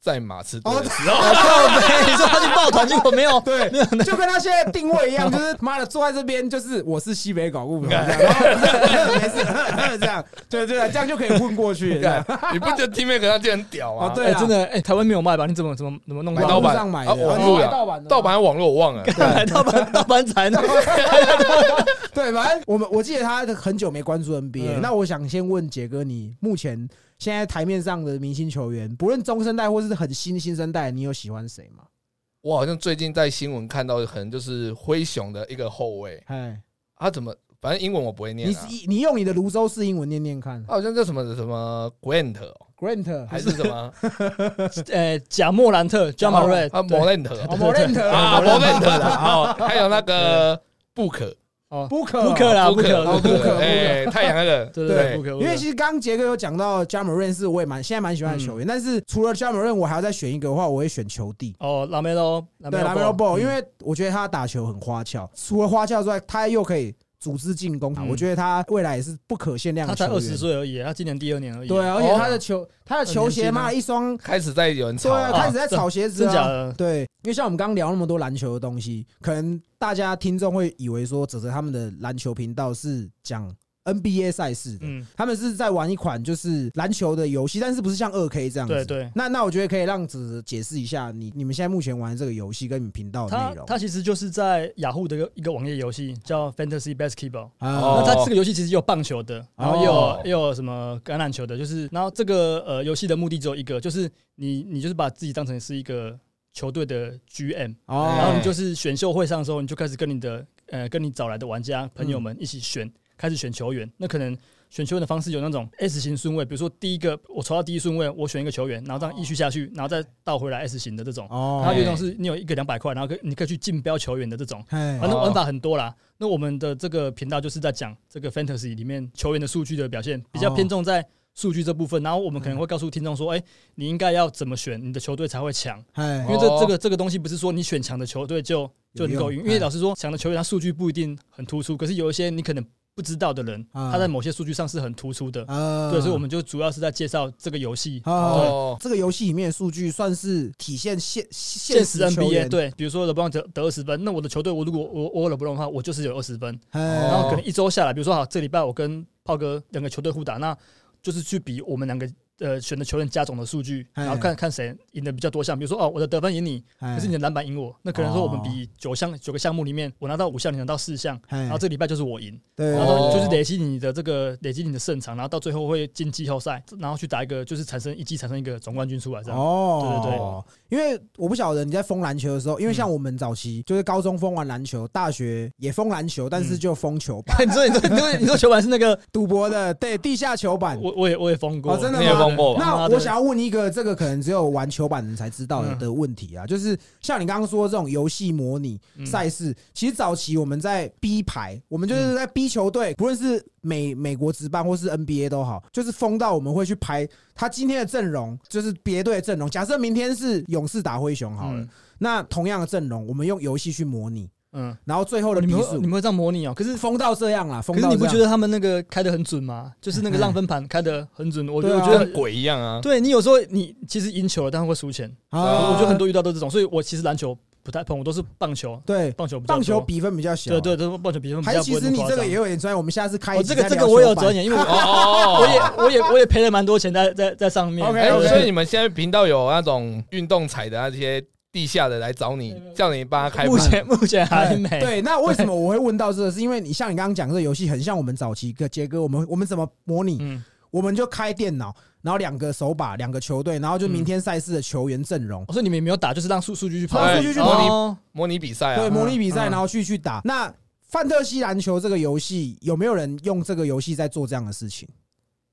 在马刺队
哦
的时候，
你说他去抱团，结果没有，
对，就跟他现在定位一样，就是妈的坐在这边，就是我是西北搞不 懂，这样然后 没事，这样，对对，这样就可以混过去。这 样
你不觉得 Teammate 跟他就很屌
哦
吗？
对
哎，
啊
真的，哎，台湾没有卖吧？你怎么怎么怎么弄
买
到
盗
网络
的？
版
上买的
啊网络
哦你
的
买盗版的
盗版网络我忘了，
买盗版盗版才能
对，反正我们我记得他很久没关注 NBA，、
嗯
那我想先问杰哥，你目前现在台面上的明星球员，不论中生代或是很新新生代，你有喜欢谁吗？
我好像最近在新闻看到，可能就是灰熊的一个后卫，
哎，
他怎么反正英文我不会念
你
啊，
你用你的泸州式英文念念看
他好像叫什么什么 Grant 哦
，Grant
还是什么
呃，贾莫兰特 j a m a r
啊 m o r a n t
哦 Morant
啊
啊
m o r a n t 啦，哦，还有那个 Book
，Booker
布克哦啦，布
Book
克，
哦
布
Booker，
克，
哎，太阳那个
对
对
布克，
因为其实刚刚杰哥有讲到 j a m a r a n 是我也蛮现在蛮喜欢的球员，但是除了 j a m a r a n 我还要再选一个的话，我会选球帝。
哦，拉梅洛，拉
对 l a m e l Ball，因
为
为我觉得他打球很花俏，除了花俏之外，他又可以组织进攻，
嗯
我觉得他未来也是不可限量
他
的
才
球
二
员
十。岁而已，他今年第二年而已。哦
对啊，而且他的球，他的球鞋
很年轻啊
嘛，一双，
开始在有人
对
吵
啊，
啊，
开始在炒鞋子
真假
啊。
的？
对，因为像我们刚刚聊那么多篮球的东西，可能大家听众会以为说，泽泽他们的篮球频道是讲 NBA 赛事的，
嗯，
他们是在玩一款就是篮球的游戏，但是不是像二 K 这样子。
对对
那那我觉得可以让子子解释一下你你们现在目前玩的这个游戏哦跟你们频道的
它
内容。
它其实就是在雅虎的一个一个网页游戏叫 Fantasy Basketball。
啊
那
哦
它这个游戏其实有棒球的，然后也有、
哦
也有什么橄榄球的，就是然后这个呃游戏的目的只有一个，就是你你就是把自己当成是一个球队的 GM，然后
哦
你就是选秀会上的时候，你就开始跟你的呃跟你找来的玩家朋友们一起选，开始选球员。那可能选球员的方式有那种 S 型顺位，比如说第一个我抽到第一顺位，我选一个球员，然后这样依序下去，然后再倒回来 S 型的这种。
哦
然后有一种是你有一个两百块，然后可以你可以去竞标球员的这种。
嘿
反正玩法很多啦。那我们的这个频道就是在讲这个 fantasy 里面球员的数据的表现，比较偏重在数据这部分。然后我们可能会告诉听众说，哎，你应该要怎么选，你的球队才会强。因
嘿
为这
哦
这个这个东西不是说你选强的球队就就
有
能够赢，
用
因为
嗯
老实说，强的球员他数据不一定很突出，可是有一些你可能不知道的人，
啊
他在某些数据上是很突出的。
呃
哦对，所以我们就主要是在介绍这个游戏。
哦
哦，
这个游戏里面的数据算是体现现现
现实
球员
NBA 对，比如说 LeBron 得得二十分，那我的球队我如果我我有 LeBron 的话，我就是有二十分。
嘿
然
然后可能一周下来，比如说好，这礼拜我跟炮哥两个球队互打，那就是去比我们两个呃选的球员加总的数据，
哎
然后看看谁赢的比较多项。比如说哦，我的得分赢你，可是你的篮板赢我，那可能说我们比九项九个项目里面，我拿到五项，你拿到四项，
然
然后这礼拜就是我赢，
对
然后
哦
就是累积你的这个累积你的胜场，然后到最后会进季后赛，然后去打一个就是产生一季产生一个总冠军出来这样。
哦，对对对，因为我不晓得你在封篮球的时候，因为像我们早期就是高中封完篮球，大学也封篮球，但
嗯
是就封球板，
你说你说你说你说球板是那个，
赌博的对地下球板。
我我也我也疯过，
哦真的
你也
吗
碰过吧？
那
妈
我
的
想要问一个，这个可能只有玩球板的人才知道的
嗯
的问题啊，就是像你刚刚说的这种游戏模拟
嗯
赛事，其实早期我们在 B 排，我们就是在 B 球队，不论是美
嗯
美国职棒或是 NBA 都好，就是封到我们会去排他今天的阵容，就是别队的阵容。假设明天是勇士打灰熊好了，
嗯
那同样的阵容，我们用游戏去模拟，
嗯，
然后最后的
你
比
们会
数
你们会这样模拟哦，可是
封到这样啦，
可
封
是
到
你不
这
觉
样
得他们那个开的很准吗？就是那个浪分盘开的很准，我觉得
对
我
啊
觉
跟
得。
鬼一样啊，
对你有时候你其实赢球了，但会输钱。
啊
我觉得很多遇到都这种，所以我其实篮球不太碰，我都是棒球，
对
棒球比较多
棒球比分比较小，
对对，对，棒球比分
啊
比
还
较
是
不
其
会
实
那么
你
夸
这
张
个也有点专业，我们下次开一
我
集
这个
再
这
聊
个我有
球板
专业，因为
哦
我
哦，
我也我也我也赔了蛮多钱在在在上面。
OK，
哎、
对
所以你们现在频道有那种运动彩的那些地下的来找你，叫你帮他开
目
盘。
前目前还没。
对，那为什么我会问到这个？是因为你像你刚刚讲这个游戏，很像我们早期个杰哥，我们我们怎么模拟？
嗯，
我们就开电脑，然后两个手把，两个球队，然后就明天赛事的球员阵容，
我哦说你们也没有打，就是让数数据去跑哦
让，
数
对
据去
然
跑
哦
后
模拟比赛
对，
啊，
模拟比赛，
嗯
然后去去打。那范特西篮球这个游戏有没有人用这个游戏在做这样的事情？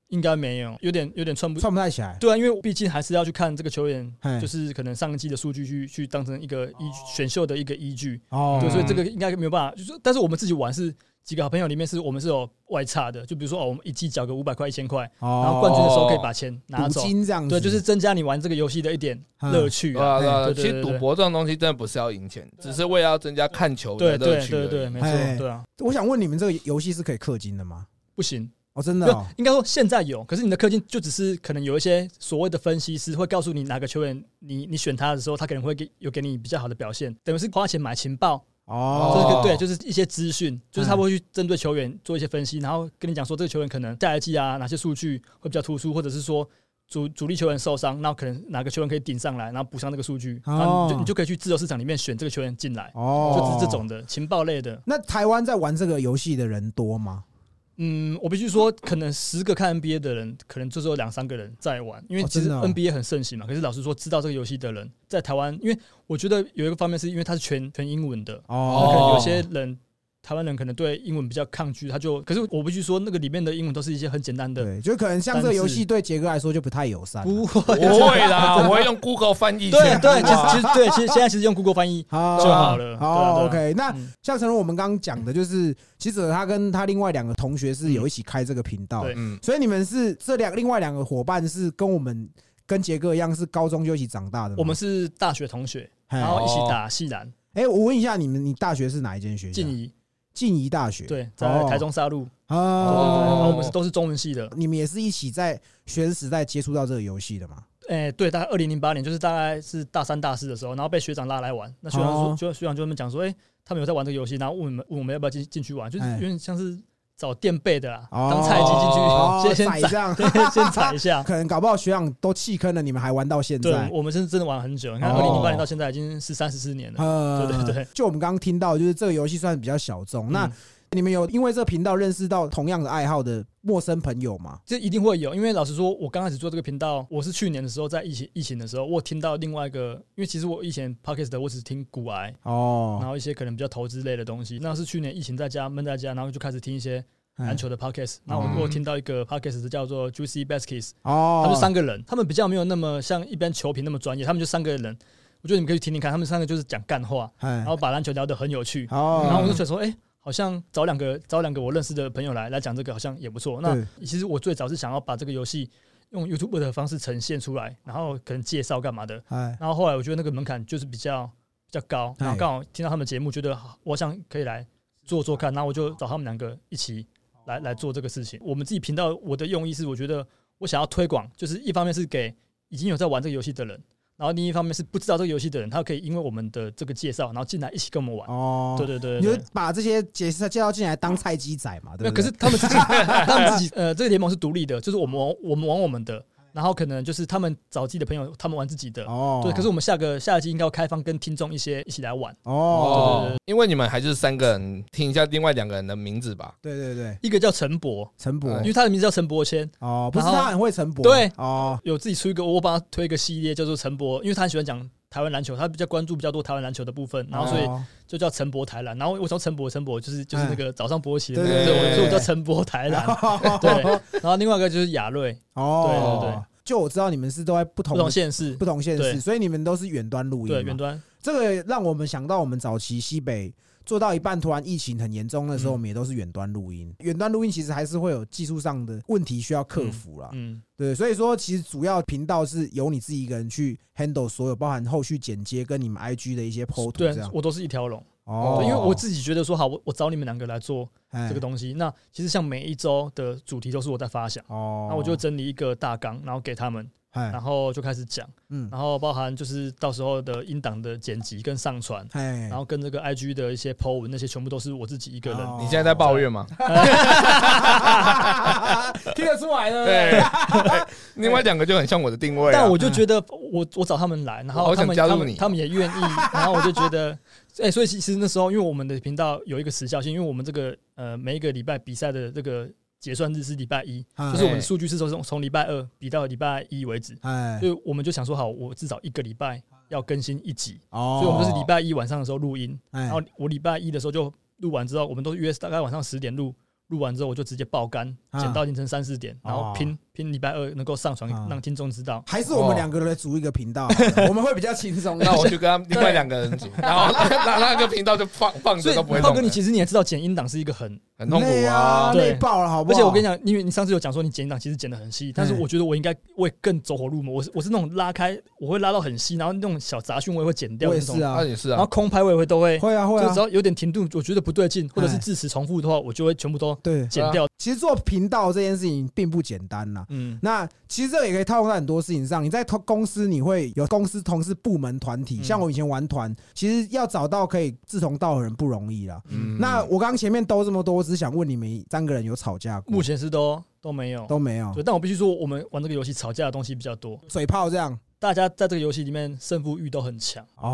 应该没有，有点有点串不
串不太起来。
对啊，因为毕竟还是要去看这个球员
嘿，
就是可能上一季的数据去去当成一个依选秀的一个依据。
哦
对，所以
嗯
这个应该没有办法。就是，但是我们自己玩是几个好朋友里面是我们是有外差的，就比如说哦，我们一季缴个五百块、一千块，然
然
后冠军的时候可以把钱拿
哦赌
走。
金这样子，
对，就是增加你玩这个游戏的一点
嗯
乐趣
对啊，对啊，
对
其
对对
实赌
对
博这种东西真的不是要赢钱，只是为了要增加看球
对
的乐
对
趣而
对
已。
对，没
哎
错，对啊，
我想问你们，这个游戏是可以氪金的吗？
不行，
哦，真的
没有
哦，
应该说现在有，可是你的氪金就只是可能有一些所谓的分析师会告诉你哪个球员，你你选他的时候，他可能会给有给你比较好的表现，等于是花钱买情报，
哦，
就是
哦
对，就是一些资讯，就是他会去针对球员做一些分析，然后跟你讲说这个球员可能下一季啊哪些数据会比较突出，或者是说主主力球员受伤，那可能哪个球员可以顶上来，然后补上那个数据，然后你
哦
就你就可以去自由市场里面选这个球员进来，
哦，
就是这种。的情报类的。
那台湾在玩这个游戏的人多吗？
嗯，我必须说，可能十个看 NBA 的人，可能就只有两三个人在玩，因为
哦
其实
真的哦
NBA 很盛行嘛。可是老实说，知道这个游戏的人，在台湾，因为我觉得有一个方面是因为它是全全英文的，那可能
哦
有些人台湾人可能对英文比较抗拒，他就可是我必须说，那个里面的英文都是一些很简单的，
对，就可能像这个游戏对杰哥来说就不太友善。
不会，
不会啦，我会用 Google 翻译。
对对，其
哇
实其实对，其实现在其实用 Google 翻译
好
就好了。
啊
对啊
好
对啊
，OK。那
嗯
像陈龙，我们刚刚讲的就是，其实他跟他另外两个同学是有一起开这个频道
嗯，对
嗯，
所以你们是这两另外两个伙伴是跟我们跟杰哥一样是高中就一起长大的吗。
我们是大学同学，
嘿
然后一起打系篮，
哎，我问一下你们，你大学是哪一间学校？
静怡
静宜大学。哦
对，在台中沙鹿，哦对对对，
啊，
然后我们是都是中文系的。
你们也是一起在学生时代接触到这个游戏的嘛？
哎、对，大概二零零八年，就是大概是大三、大四的时候，然后被学长拉来玩。那学长说，
哦
就学长就跟我们讲说，哎、他们有在玩这个游戏，然后问我们，问我们要不要进进去玩，就是
哎
有点像是找垫背的啦，
哦
当菜鸡进去，
哦
先先
宰
宰
这，样，
对，先宰 一下。
可能搞不好学长都弃坑了，你们还玩到现
对
在，。
我们是真的玩很久，你看
哦
二零零八年到现在已经是三十四年 了。
呃
对对对，
就我们刚刚听到，就是这个游戏算比较小众。那
嗯
你们有因为这个频道认识到同样的爱好的陌生朋友吗？
这一定会有，因为老实说，我刚开始做这个频道，我是去年的时候在疫情疫情的时候，我有听到另外一个，因为其实我以前 podcast 的我只听古癌，然
哦，
后一些可能比较投资类的东西。那是去年疫情在家闷在家，然后就开始听一些篮球的 podcast。那我
哎嗯
我有听到一个 podcast 是叫做 Juicy Baskets，
哦，
他们三个人，他们比较没有那么像一般球评那么专业，他们就三个人。我觉得你们可以去听听看，他们三个就是讲干话，
哎
然，后把篮球聊得很有趣。
哦，
然后我就觉得说，哎、好像找两个找两个我认识的朋友来来讲这个，好像也不错。那
对
其实我最早是想要把这个游戏用 YouTube 的方式呈现出来，然后可能介绍干嘛的。
哎，
然后后来我觉得那个门槛就是比较比较高，
哎
然后刚好听到他们节目，觉得好我想可以来做做看，然后我就找他们两个一起来来做这个事情。我们自己频道我的用意是，我觉得我想要推广，就是一方面是给已经有在玩这个游戏的人，然后另一方面是不知道这个游戏的人，他可以因为我们的这个介绍，然后进来一起跟我们玩。
哦，
对对对
你
对
就
对。
把这些解释介绍进来当菜鸡仔嘛，对
那
不
可
对？
是他们自己，他们自己，呃，这个联盟是独立的，就是我们玩我们玩我们的，然后可能就是他们找自己的朋友，他们玩自己的，
哦，
对。可是我们下个下一季应该要开放跟听众一些一起来玩。
哦，
因为你们还是三个人，听一下另外两个人的名字吧。
对对对，
一个叫陈博，
陈博
呃因为他的名字叫陈博谦，
哦，不是
然
他
后
很会陈博，
对
哦，
有自己出一个，我帮他推一个系列叫做陈博，因为他很喜欢讲台湾篮球，他比较关注比较多台湾篮球的部分，然后所以
哦
就叫陈博台篮。然后我从陈博，陈博就是就是那个早上勃起的
嗯
那
对
个，
对
对，我
对
所以我叫陈博台 篮。对，然后另外一个就是亚瑞，
哦，
对对对，
就我知道你们是都在不
不
同的
同县市，
不同县市，
对
所以你们都是远端录音嘛。
对远端，
这个让我们想到我们早期西北做到一半，突然疫情很严重的时候，
嗯
我们也都是远端录音。远端录音其实还是会有技术上的问题需要克服啦。
嗯，
对，所以说其实主要频道是由你自己一个人去 handle 所有，包含后续剪接跟你们 IG 的一些 PO 图
对
这样。
我都是一条龙，
哦
对，因为我自己觉得说好，我我找你们两个来做
哎
这个东西。那其实像每一周的主题都是我在发想，
哦，
那我就整理一个大纲，然后给他们，
哎
然后就开始讲。
嗯
然后包含就是到时候的音档的剪辑跟上传，
哎
然后跟这个 IG 的一些 PO 文那些，全部都是我自己一个人。
哦
你现在在抱怨吗？
听得出来的
对，哎另外两个就很像我的定位啊。
但我就觉得我我找他们来，然
我好
后
想
他们
加入
他们
你
他们也愿 意，然后我就觉得，哎、所以其实那时候因为我们的频道有一个时效性，因为我们这个呃每一个礼拜比赛的这个结算日是礼拜一，
哎
就是我们的数据是从从礼拜二比到礼拜一为止，
哎
所以我们就想说好，我至少一个礼拜要更新一集，
哦
所以我们就是礼拜一晚上的时候录音，
哎
然后我礼拜一的时候就录完之后，我们都约大概晚上十点录，录完之后我就直接爆肝，
啊哦
剪到凌晨三四点，然后拼拼礼拜二能够上传
啊
让听众知道。
还是我们两个人来组一个频道好 了，我们会比较轻松。
那我就跟他们另外两个人组，然后那那个频道就放放
所
着
以
都不会
浩
动
哥，你
了，
其实你也知道剪音档是一个很，
很痛
累
苦
啊，
啊。
对
累爆了，好不哎
而
好？
且我跟你讲，因为你上次有讲说你剪音档其实剪的很细，但是我觉得我应该我也更走火入魔，我是我是那种拉开我会拉到很细，然后那种小杂讯我也会剪
嗯
掉
我
那
也是
种，
啊
那，也是
然
啊
后，空拍我也会都会，
会啊会哎
就
啊
只，要有点停顿，我觉得不对劲或者是字词重复的话，我就会全部都
对，
剪掉，
其实做频道这件事情并不简单啦。
嗯，
那其实这个也可以套用在很多事情上。你在同公司，你会有公司同事、部门、团体。像我以前玩团，其实要找到可以志同道合的人不容易啦。
嗯
那我刚刚前面兜这么多，我只是想问你们三个人有吵架过
目？前是都都没有。
都没有
对，，但我必须说，我们玩这个游戏吵架的东西比较多，
嘴炮这样
大家在这个游戏里面胜负欲都很强。
哦，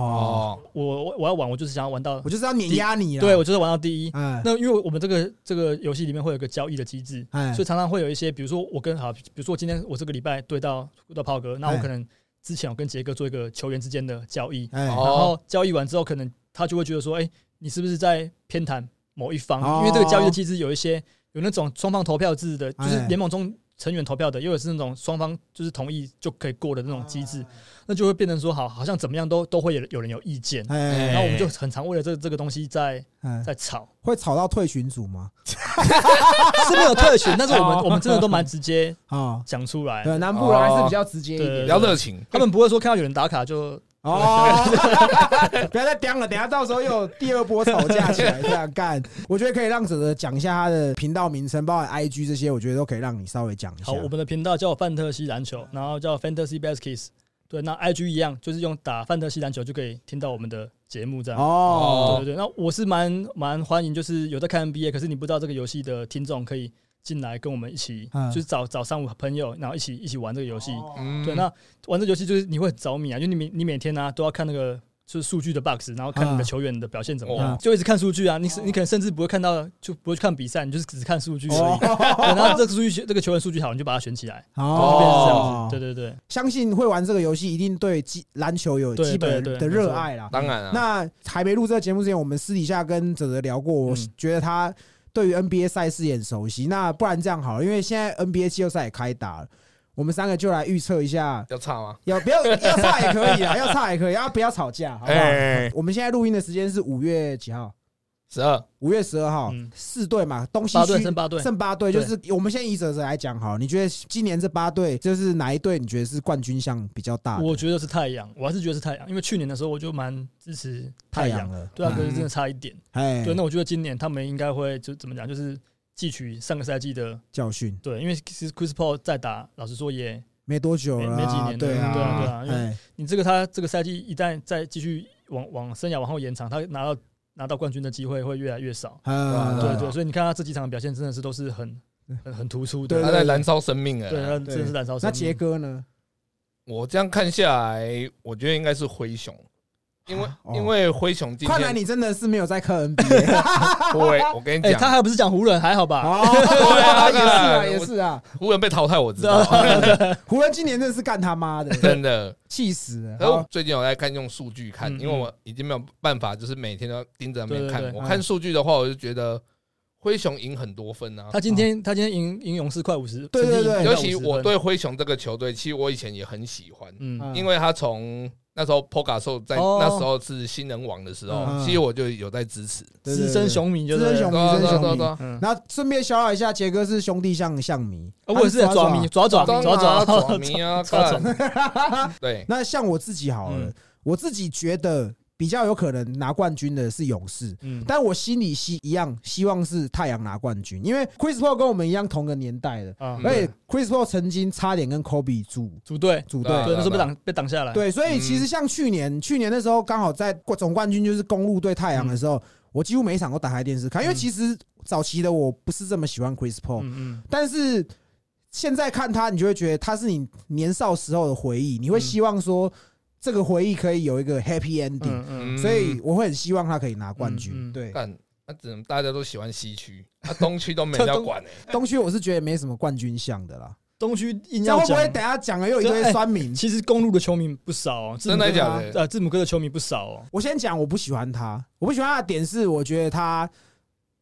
哦，
我我我要玩，我就是想要玩到
我，就是要碾压你啦。啊
对我就是玩到第一。
哎
那因为我们这个这个游戏里面会有个交易的机制，
哎
所以常常会有一些，比如说我跟好，比如说我今天我这个礼拜对到对到炮哥，那我可能之前我跟杰哥做一个球员之间的交易，
哎
哦
然后交易完之后，可能他就会觉得说，哎、你是不是在偏袒某一方？
哦
因为这个交易的机制有一些有那种双方投票制的，就
哎
是联盟中成员投票的，又有是那种双方就是同意就可以过的那种机
啊
制，那就会变成说，好，好像怎么样都都会有有人有意见。
哎
然后我们就很常为了这这个东西在
哎，
在 吵，
会吵到退群组吗？
是没有特权，但是我们
哦
我们真的都蛮直接
啊，
讲出来的
对，，南部人还是比较直接一
哦对
点
比。较热情，
他们不会说看到有人打卡就
哦， 不要再刁了，等一下到时候又有第二波吵架起 来这样干。我觉得可以让哲哲讲一下他的频道名称，包含 IG 这些，我觉得都可以让你稍微讲一下
好。。我们的频道叫范特西篮
嗯
球，然后叫 Fantasy Baskets。对，那 IG 一样，就是用打范特西篮球就可以听到我们的节目这样。
哦，
对对对，那我是蛮蛮欢迎，就是有在看 NBA，可是你不知道这个游戏的听众可以进来跟我们一起，
嗯哦
就是找找上午朋友，然后一起一起玩这个游戏。
嗯，
对，那玩这游戏就是你会很着迷啊，就你每你每天呢、啊、都要看那个就是数据的 box，然后看你的
嗯哦
球员的表现怎么
嗯
样，就一直看数据啊。你是你可能甚至不会看到，就不会去看比赛，你就是只是看数据而已。
哦，
对，然后这个数据这个球员数据好，你就把它选起来，就变成这样
哦
子。，对对对，
相信会玩这个游戏，一定对基篮球有
对
基本
对对
的热爱啦。
当
嗯
然啊，
那还没录这个节目之前，我们私底下跟哲哲聊过，我
嗯
觉得他对于 NBA 赛事也很熟悉。那不然这样好了，因为现在 NBA 季后赛也开打了，我们三个就来预测一下，
要差吗？
要不要要差也可以啊，要差也可以，要不要吵架，好不好？
哎，
我们现在录音的时间是五月几号？
十二，
五月十二号
嗯，
四队嘛，东西
八队
区
剩八队
剩八队，就是我们先以哲哲来讲好了，你觉得今年这八队就是哪一队？你觉得是冠军相比较大的？
我觉得是太阳，我还是觉得是太阳，因为去年的时候我就蛮支持
太
阳
阳。了，
对啊，可
嗯
是真的差一点。
哎，
对，那我觉得今年他们应该会就怎么讲，就是汲取上个赛季的
教训
对，因为其实 Chris Paul 在打，老实说也
没多久
没
了啊，
没几年了
对
对啊
对啊因为
哎，
你这个他这个赛季一旦再继续往往生涯往后延长，他拿到拿到冠军的机会会越来越少。
啊
对对，所以你看他这几场的表现真的是都是很很很突出
对
的，
他在燃烧生命哎
对，。他真的是燃烧生
那
命。
杰哥呢？
我这样看下来，我觉得应该是灰熊，因
啊
为
哦
因为灰熊今
看来
天
你真的是没有在看 NBA
对，我 跟你
哎，他
讲，
还不是讲湖人，还好吧？
哦，也是啊，也是啊，
湖人被淘汰，我知道，
啊
湖人今年真的是干他妈的，
真的。
气死了。
然
哦
后
好
最近我在看用数据看，
嗯
因为我已经没有办法，就是每天都要盯着那边
对
看
对。对嗯
我看数据的话，我就觉得灰熊赢很多分啊。
他今天他今天赢赢勇士快五十，
对对
曾经
对
赢
尤
到
其
50
我
分，
对灰熊这个球队，其实我以前也很喜欢，
嗯
嗯
因为他从那时候 p o g a s o 在
哦
那时候是新人王的时候，
嗯
其实我就有在支持。
对
资深，雄迷
对
就
对
是
资深雄迷，
对啊
资
对
深
啊对啊
雄
对
迷
啊。
嗯，
然后顺便小小一下，杰哥是兄弟像像迷，
啊我也是在抓迷抓爪抓 爪
抓爪迷啊，
抓
看 对，
那像我自己好了
嗯，
我自己觉得比较有可能拿冠军的是勇士，
嗯，
但我心里希一样希望是太阳拿冠军，因为 Chris Paul 跟我们一样同个年代的，
啊，
而且 Chris Paul 曾经差点跟 Kobe 组
组队
组
对啊
队。
对，那时啊嗯候被挡被挡下来，
对，所以其实像去年，去年那时候刚好在总冠军就是公路对太阳的时候，我几乎每一场都打开电视看，因为
嗯
其实早期的我不是这么喜欢 Chris Paul，
嗯
但是现在看他，你就会觉得他是你年少时候的回忆，你会
嗯
希望说这个回忆可以有一个 happy ending，
嗯嗯
所以我会很希望他可以拿冠
嗯
军。
嗯
对，
干，那只能大家都喜欢西区，那东区都没人要管哎。
东区我是觉得没什么冠军相的啦，
东区硬
这样
要
会不
讲
会，等下讲了又一
对
堆
哎
酸民？
其实公路的球迷不少哦，字母
真的
哥
假的？
呃字母哥的球迷不少哦，
我先讲，我不喜欢他，我不喜欢他的点是，我觉得他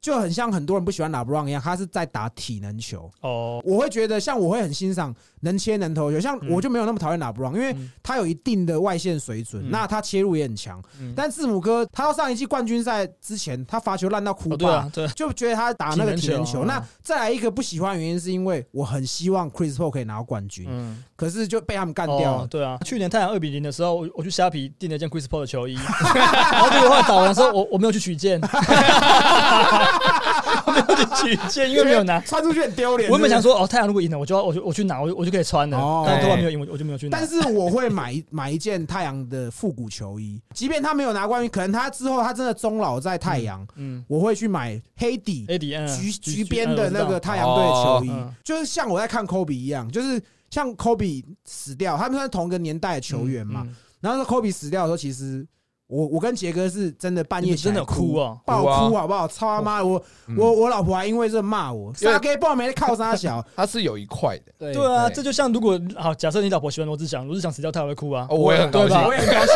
就很像很多人不喜欢拉布朗一样，他是在打体能球。
哦，
我会觉得，像我会很欣赏能切能投球，像
嗯
我就没有那么讨厌拉布朗，因为
嗯
他有一定的外线水准，
嗯
那他切入也很强。
嗯
但字母哥，他到上一季冠军赛之前，他罚球烂到哭
哦对
吧
啊。对啊，
就觉得他打那个体能
体能球
球，
嗯
那再来一个不喜欢的原因，是因为我很希望 Chris Paul 可以拿到冠军，
嗯，
可是就被他们干掉
哦
了。
对啊，去年太阳二比零的时候，我我去虾皮订了一件 Chris Paul 的球 衣， 然后结果后来打完的时候，我我没有去取件，我没有进去，现在因为没 有拿。
穿出去很丢脸。
我原本想
说，
说，哦，太阳如果赢了，我就要我就我去拿，我就我就可以穿
哦
了。但头发没有赢，我就我就没有去拿
但。是我会买一买一件太阳的复古球衣，即便他没有拿冠军，可能他之后他真的终老在太阳，
嗯哎
我会去买黑底
，A D N
橘橘边
呃
的那个太阳队的
哦
球衣，
嗯
就是像我在看科比一样，就是像科比死掉，他们算是同个年代的球员
嗯
嘛。，然后科比死掉的时候，其实我我跟杰哥是真的半
你
夜
们真的
哭
哭，哦，
爆
哭啊
哭好不好？操他妈！我我我老婆还因为这骂我，
因为
傻 gay 爆没靠沙小，
它是有一块的，
对
对啊，
对
这就像如果好，假设你老婆喜欢罗志祥，罗志祥死掉，她也会哭啊。
哦，我也很高
对
兴
吧？。也很高兴，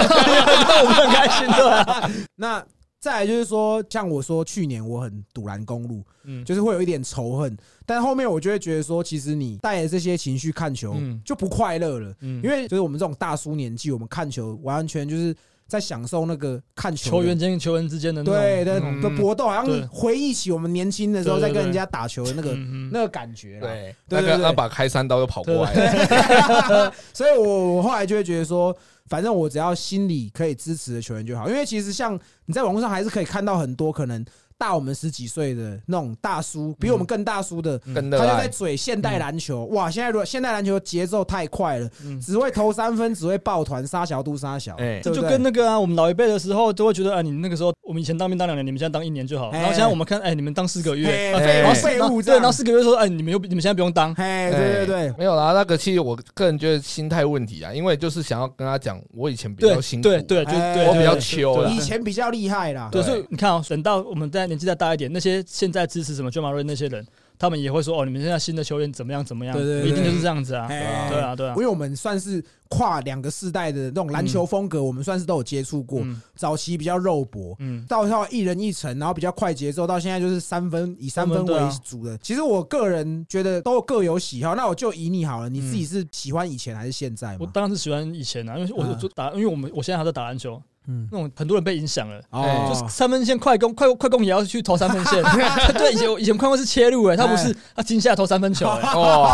那我们很开心，对吧？
那再来就是说，像我说去年我很堵拦公路，
嗯，
就是会有一点仇恨，但后面我就会觉得说，其实你带着这些情绪看球
嗯
就不快乐了，
因
因为就是我们这种大叔年纪，我们看球完完全就是在享受那个看球的
球员间球员之间的那种
对的
嗯
的搏斗，好像
对
回忆起我们年轻的时候在
对对对
跟人家打球的那个
嗯嗯
那个感觉啦。
对，
对
那
对
个
对
那把开山刀又跑过来了，
所以我我后来就会觉得说，反正我只要心里可以支持的球员就好，因为其实像你在网络上还是可以看到很多可能大我们十几岁的那种大叔，比我们更大叔
嗯
的。
跟
他
热
就在
爱。
嘴现代篮球，哇！现在如果现代篮球节奏太快了，
嗯
只会投三分，只会抱团杀小度杀小，
哎
对
这
不
就
对
跟那个啊，我们老一辈的时候都会觉得啊，你那个时候我们以前当兵当两年，你们现在当一年就好。
哎
然后现在我们看，哎，你们当四个月，
嘿
啊
废
然
物
后
废
然后
物这
对，
样
然后四个月说，哎，你们又你们现在不用当，
嘿，对对对，
哎没有啦，那个其实我个人觉得心态问题啊，因为就是想要跟他讲，我以前比
对
较辛苦，
对对，就
哎
对，
我
对
比
较
对
秋
对
啦
以前比较厉害啦，
对，
对
所以你看哦，等到我们在年纪再大一点，那些现在支持什么 j a m a r 那些人，他们也会说哦，你们现在新的球员怎么样怎么样，
对对对
一定就是这样子啊，
嘿
对啊对啊
因，为我们算是跨两个世代的那种篮球风格，我们算是都有接触过。
嗯
早期比较肉搏，
嗯，
到到一人一城，然后比较快节奏，到现在就是三分以三分
三分对
为
啊
主的。其实我个人觉得都各有喜好，那我就以你好了，你自
嗯
己是喜欢以前还是现在
我
嘛？
当然是喜欢以前啊，因为我
嗯
我就打，因为我们我现在还在打篮球，
嗯，
那种很多人被影响了。
哦，
哎就是 三分线快攻，快快攻也要去投三分线。对，以前我以前快攻是切入哎、他不是他惊吓投三分球哎、
哦，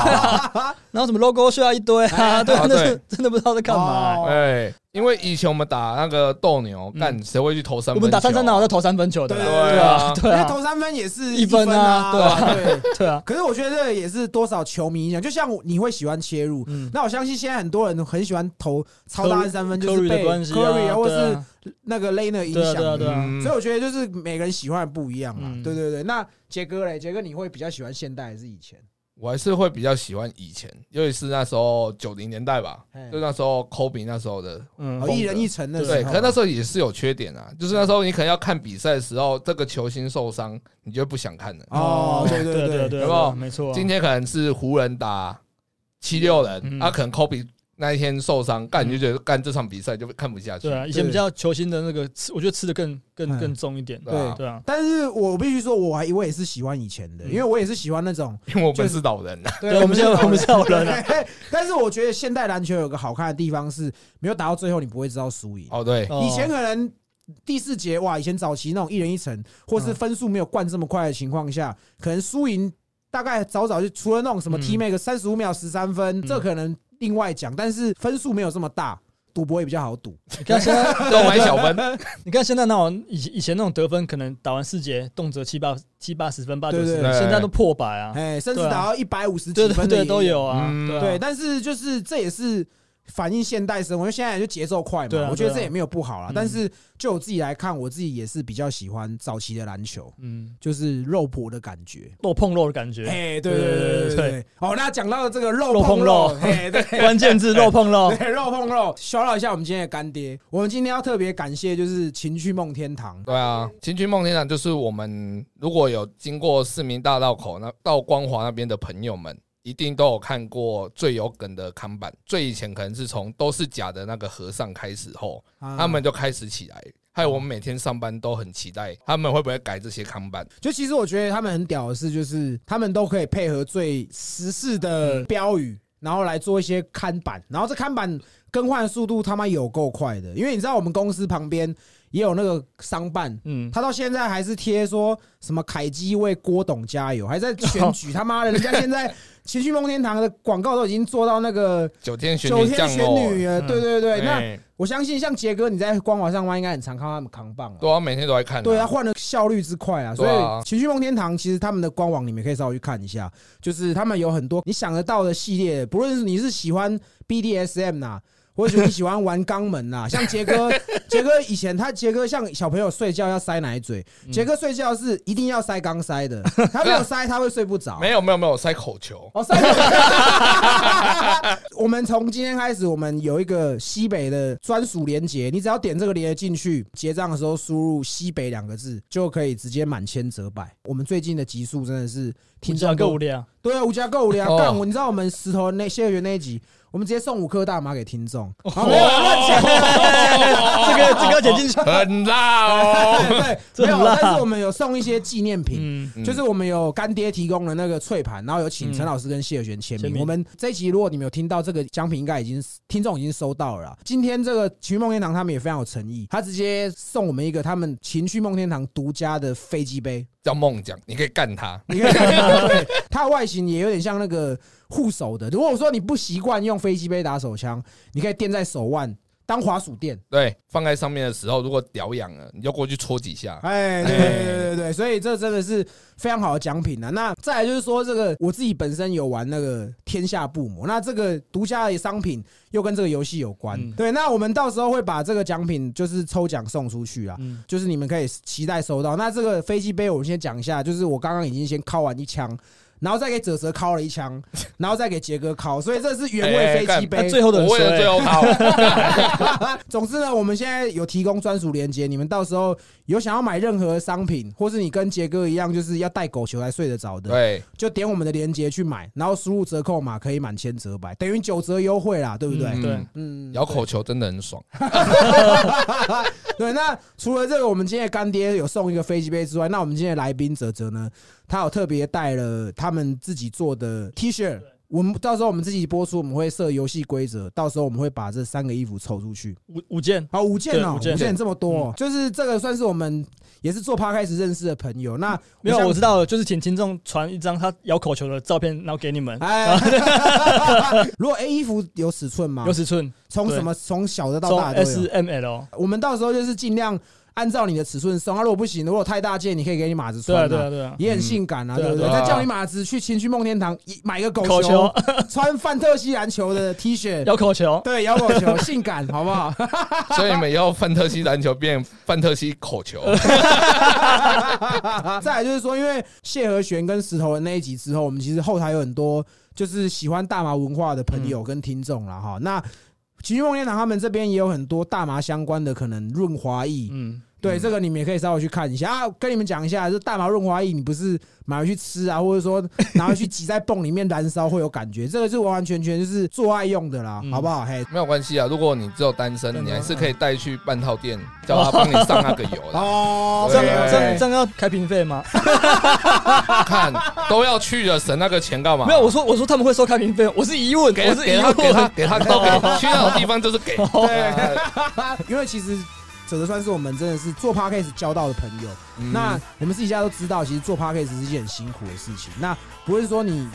然后什么 logo 秀啊一堆啊， 对，真的是真的不知道在干嘛欸、
哦
哎，因为以前我们打那个斗牛，
嗯
干谁会去投三分？啊
我们打三三，然后在投三分球的
对
啦，
对啊
啊，对
因为
啊，
投三分也是
一
分
分啊
对吧对。
对啊，
可是我觉得这个也是多少球迷影响，就像我你会喜欢切入，
嗯，
那我相信现在很多人很喜欢投超大的三分，就是
科瑞
被
的关系啊
Curry 啊，或
对
是
啊
那个 Lane 影
对啊
响
对啊
的。
对啊，
嗯
所以我觉得就是每个人喜欢的不一样嘛。
嗯
对对对，那杰哥嘞，杰哥你会比较喜欢现代还是以前？
我还是会比较喜欢以前，尤其是那时候九零年代吧，
嘿
就那时候 Kobe 那时候的。
嗯
哦，
格
一人一城的时候，
对，可是那时候也是有缺点啊，就是那时候你可能要看比赛的时候，这个球星受伤，你就不想看了。
哦，对
对
对
对
对，
对，
有没有
没错啊，
今天可能是湖人打七六人，
嗯
啊，可能 Kobe 那一天受伤，干你就觉得干这场比赛就看不下去
对。啊，以前比较球星的那个吃，我觉得吃的更更
嗯
更重一点，
对啊
对啊，
但是我必须说，我还我也是喜欢以前的，
嗯
因为我也是喜欢那 种，
因为我们是老人啊，
对，我们现在我们是老人啊，
对 但是我觉得现代篮球有个好看的地方是，没有打到最后你不会知道输赢。
哦对，
哦
以前可能第四节哇，以前早期那种一人一城，或
嗯
是分数没有灌这么快的情况下，可能输赢大概早早就除了那种什么
嗯
T make 三十五秒十三分，这可能另外讲，但是分数没有这么大。赌博也比较好赌，
你看 现在
都买小分，
你看现在那种以以前那种得分，可能打完四节动辄七八七八十分八九
对
十
对
分，
对
现在都破百啊，
哎，甚至
对啊
打到一百五十
对
几
对
分的
对
也
都有啊
嗯，
啊
对，，但是就是这也是反映现代生活，因为现在就节奏快
对
嘛，
啊
我觉得
对啊
这也没有不好啦。
嗯
但是就我自己来看，我自己也是比较喜欢早期的篮球，
嗯，
就是肉搏的感觉。
肉碰肉的感觉，
哎，对对对对
对
对。哦，那讲到这个肉
肉碰
碰
肉
肉，哎，对。
关键字肉碰肉，
对，肉碰肉，小扰一下我们今天的干爹。我们今天要特别感谢就是情趣梦天堂，
对啊，情趣梦天堂就是我们如果有经过市民大道口那到光华那边的朋友们，一定都有看过最有梗的看板。最以前可能是从都是假的那个和尚开始后，
啊
他们就开始起来，害我们每天上班都很期待他们会不会改这些看板。
就其实我觉得他们很屌的是，就是他们都可以配合最时事的标语，然后来做一些看板，然后这看板更换速度他妈有够快的，因为你知道我们公司旁边也有那个商办，
嗯，
他到现在还是贴说什么凯基为郭董加油，还在选 举，他妈的，人家现在情绪梦天堂的广告都已经做到那个
九天玄
九
女
天
降
玄
落，
女了，
嗯
对对对，那
哎
我相信像杰哥你在光华上班应该很常看到他们扛棒了。
对啊，每天都在看啊，
对啊，换的效率之快啊！所
对啊
以情绪梦天堂其实他们的官网你们可以稍微去看一下，就是他们有很多你想得到的系列，不论是你是喜欢 BDSM 呐、啊或者你喜欢玩肛门 呐、像杰哥，杰哥以前他杰哥像小朋友睡觉要塞奶嘴，
嗯
杰哥睡觉是一定要塞肛塞的，他没有塞他会睡不着。
没有没有没有塞口球，
哦，三个。 我们从今天开始，我们有一个西北的专属连接，你只要点这个连接进去，结账的时候输入“西北”两个字，就可以直接满千折百。我们最近的集数真的是
评
听
价
众
够
都
无聊，
对啊，五加购五连啊，
哦
干我！你知道我们石头那谢元那一集，我们直接送五颗大麻给听众。好没有啊乱讲
这个这个要剪进去，
很辣哦。
对对，
这
没
很
有，
辣
但是我们有送一些纪念品。
嗯，
嗯
就是我们有干爹提供的那个脆盘，然后有请陈
嗯
老师跟谢尔璇签
签
名。
名
我们这一集如果你们有听到这个奖品，应该已经听众已经收到了啦。今天这个情绪梦天堂他们也非常有诚意，他直接送我们一个他们情绪梦天堂独家的飞机 杯，
叫梦讲，你可以干他，
你可以看到，对它的外形也有点像那个护手的。如果说你不习惯用飞机杯打手枪，你可以垫在手腕当滑鼠垫。
对，放在上面的时候，如果屌痒了，你就过去戳几下。
哎，对对对对对，所以这真的是非常好的奖品啊。那再来就是说，这个我自己本身有玩那个《天下布魔》，那这个独家的商品又跟这个游戏有关。
嗯
对，那我们到时候会把这个奖品就是抽奖送出去啊，
嗯
就是你们可以期待收到。那这个飞机杯我们先讲一下，就是我刚刚已经先敲完一枪。然后再给哲哲敲了一枪，然后再给杰哥敲，所以这是原
哎
味飞
干
机杯。
那最后的
我
人
为了最
谁？
后 靠，
总之呢，我们现在有提供专属链接，你们到时候有想要买任何商品，或是你跟杰哥一样，就是要带狗球才睡得着的，
对，
就点我们的链接去买，然后输入折扣码可以满千折百，等于九折优惠啦，对不对？
嗯对
嗯，
咬口球真的很爽。
对。那除了这个，我们今天的干爹有送一个飞机杯之外，那我们今天的来宾哲哲呢，他有特别带了他们自己做的 T 恤。我们到时候我们自己播出，我们会设游戏规则，到时候我们会把这三个衣服抽出去。
五五件，
好，五件哦，
对
五
五件嗯
件这么多哦，就是这个算是我们也是做趴开始认识的朋友。那
没有，
像
我知道了，就是请听众传一张他咬口球的照片，然后给你
啊
们，
哎，如果 A 衣服有尺寸吗
有？尺寸，
从什么从小的到
从
大的都
S
有。
M L，
我们到时候就是尽量按照你的尺寸送，啊，如果不行，如果太大件，你可以给你码子
对
穿
啊对啊
啊。
对啊，
也很性感啊，
嗯
对不对？
对啊
再叫你马子去情趣梦天堂一买个狗
口球
穿范特西篮球的 T 恤，
咬口球，
对，摇狗球，性感，好
啊
不好？
所以你们以后范特西篮球变范特西口球，
再来就是说，因为谢和弦跟石头的那一集之后，我们其实后台有很多就是喜欢大麻文化的朋友跟听众啦。哈。
嗯
那情绪梦天堂他们这边也有很多大麻相关的可能润滑液，
嗯，
对这个你们也可以稍微去看一下啊。跟你们讲一下，就大麻润滑液，你不是买回去吃啊，或者说拿回去挤在泵里面燃烧会有感觉，这个是完完全全就是做爱用的啦，
嗯
好不好？嘿，
没有关系啊。如果你只有单身，
真
你
的
还是可以带去半套店，叫他帮你上那个油啦。
哦，
这
对
样这样
对
这样要开瓶费吗？
看都要去了，省那个钱干嘛？
没有，我说我说他们会收开瓶费，我是疑问，
给
我是疑
给他给他
问，
给他都给，去那种地 方就是给。
对， 因为其实哲哲算是我们真的是做 podcast 交到的朋友。
嗯
那我们自己家都知道，其实做 podcast 是一件很辛苦的事情。那不论说你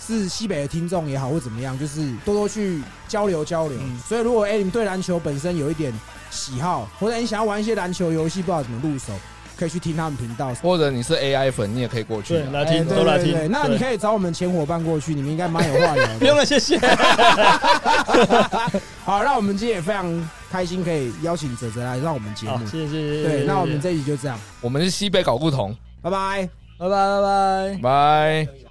是西北的听众也好，或怎么样，就是多多去交流交流。
嗯
所以，如果哎、你们对篮球本身有一点喜好，或者你想要玩一些篮球游戏，不知道怎么入手，可以去听他们频道。
或者你是 AI 粉，你也可以过去
对，
啊。
来听
哎对
都来
对
听
对，对那你
对
可以找我们前伙伴过去，你们应该蛮有话聊
不用
的。
了，谢谢。
好，那我们今天也非常开心，可以邀请哲哲来让我们节
好，
目。
谢谢谢谢。
对，那我
谢
们
谢
这一集就这样，
我们是西北搞不同，
拜拜。
拜拜拜拜。
拜。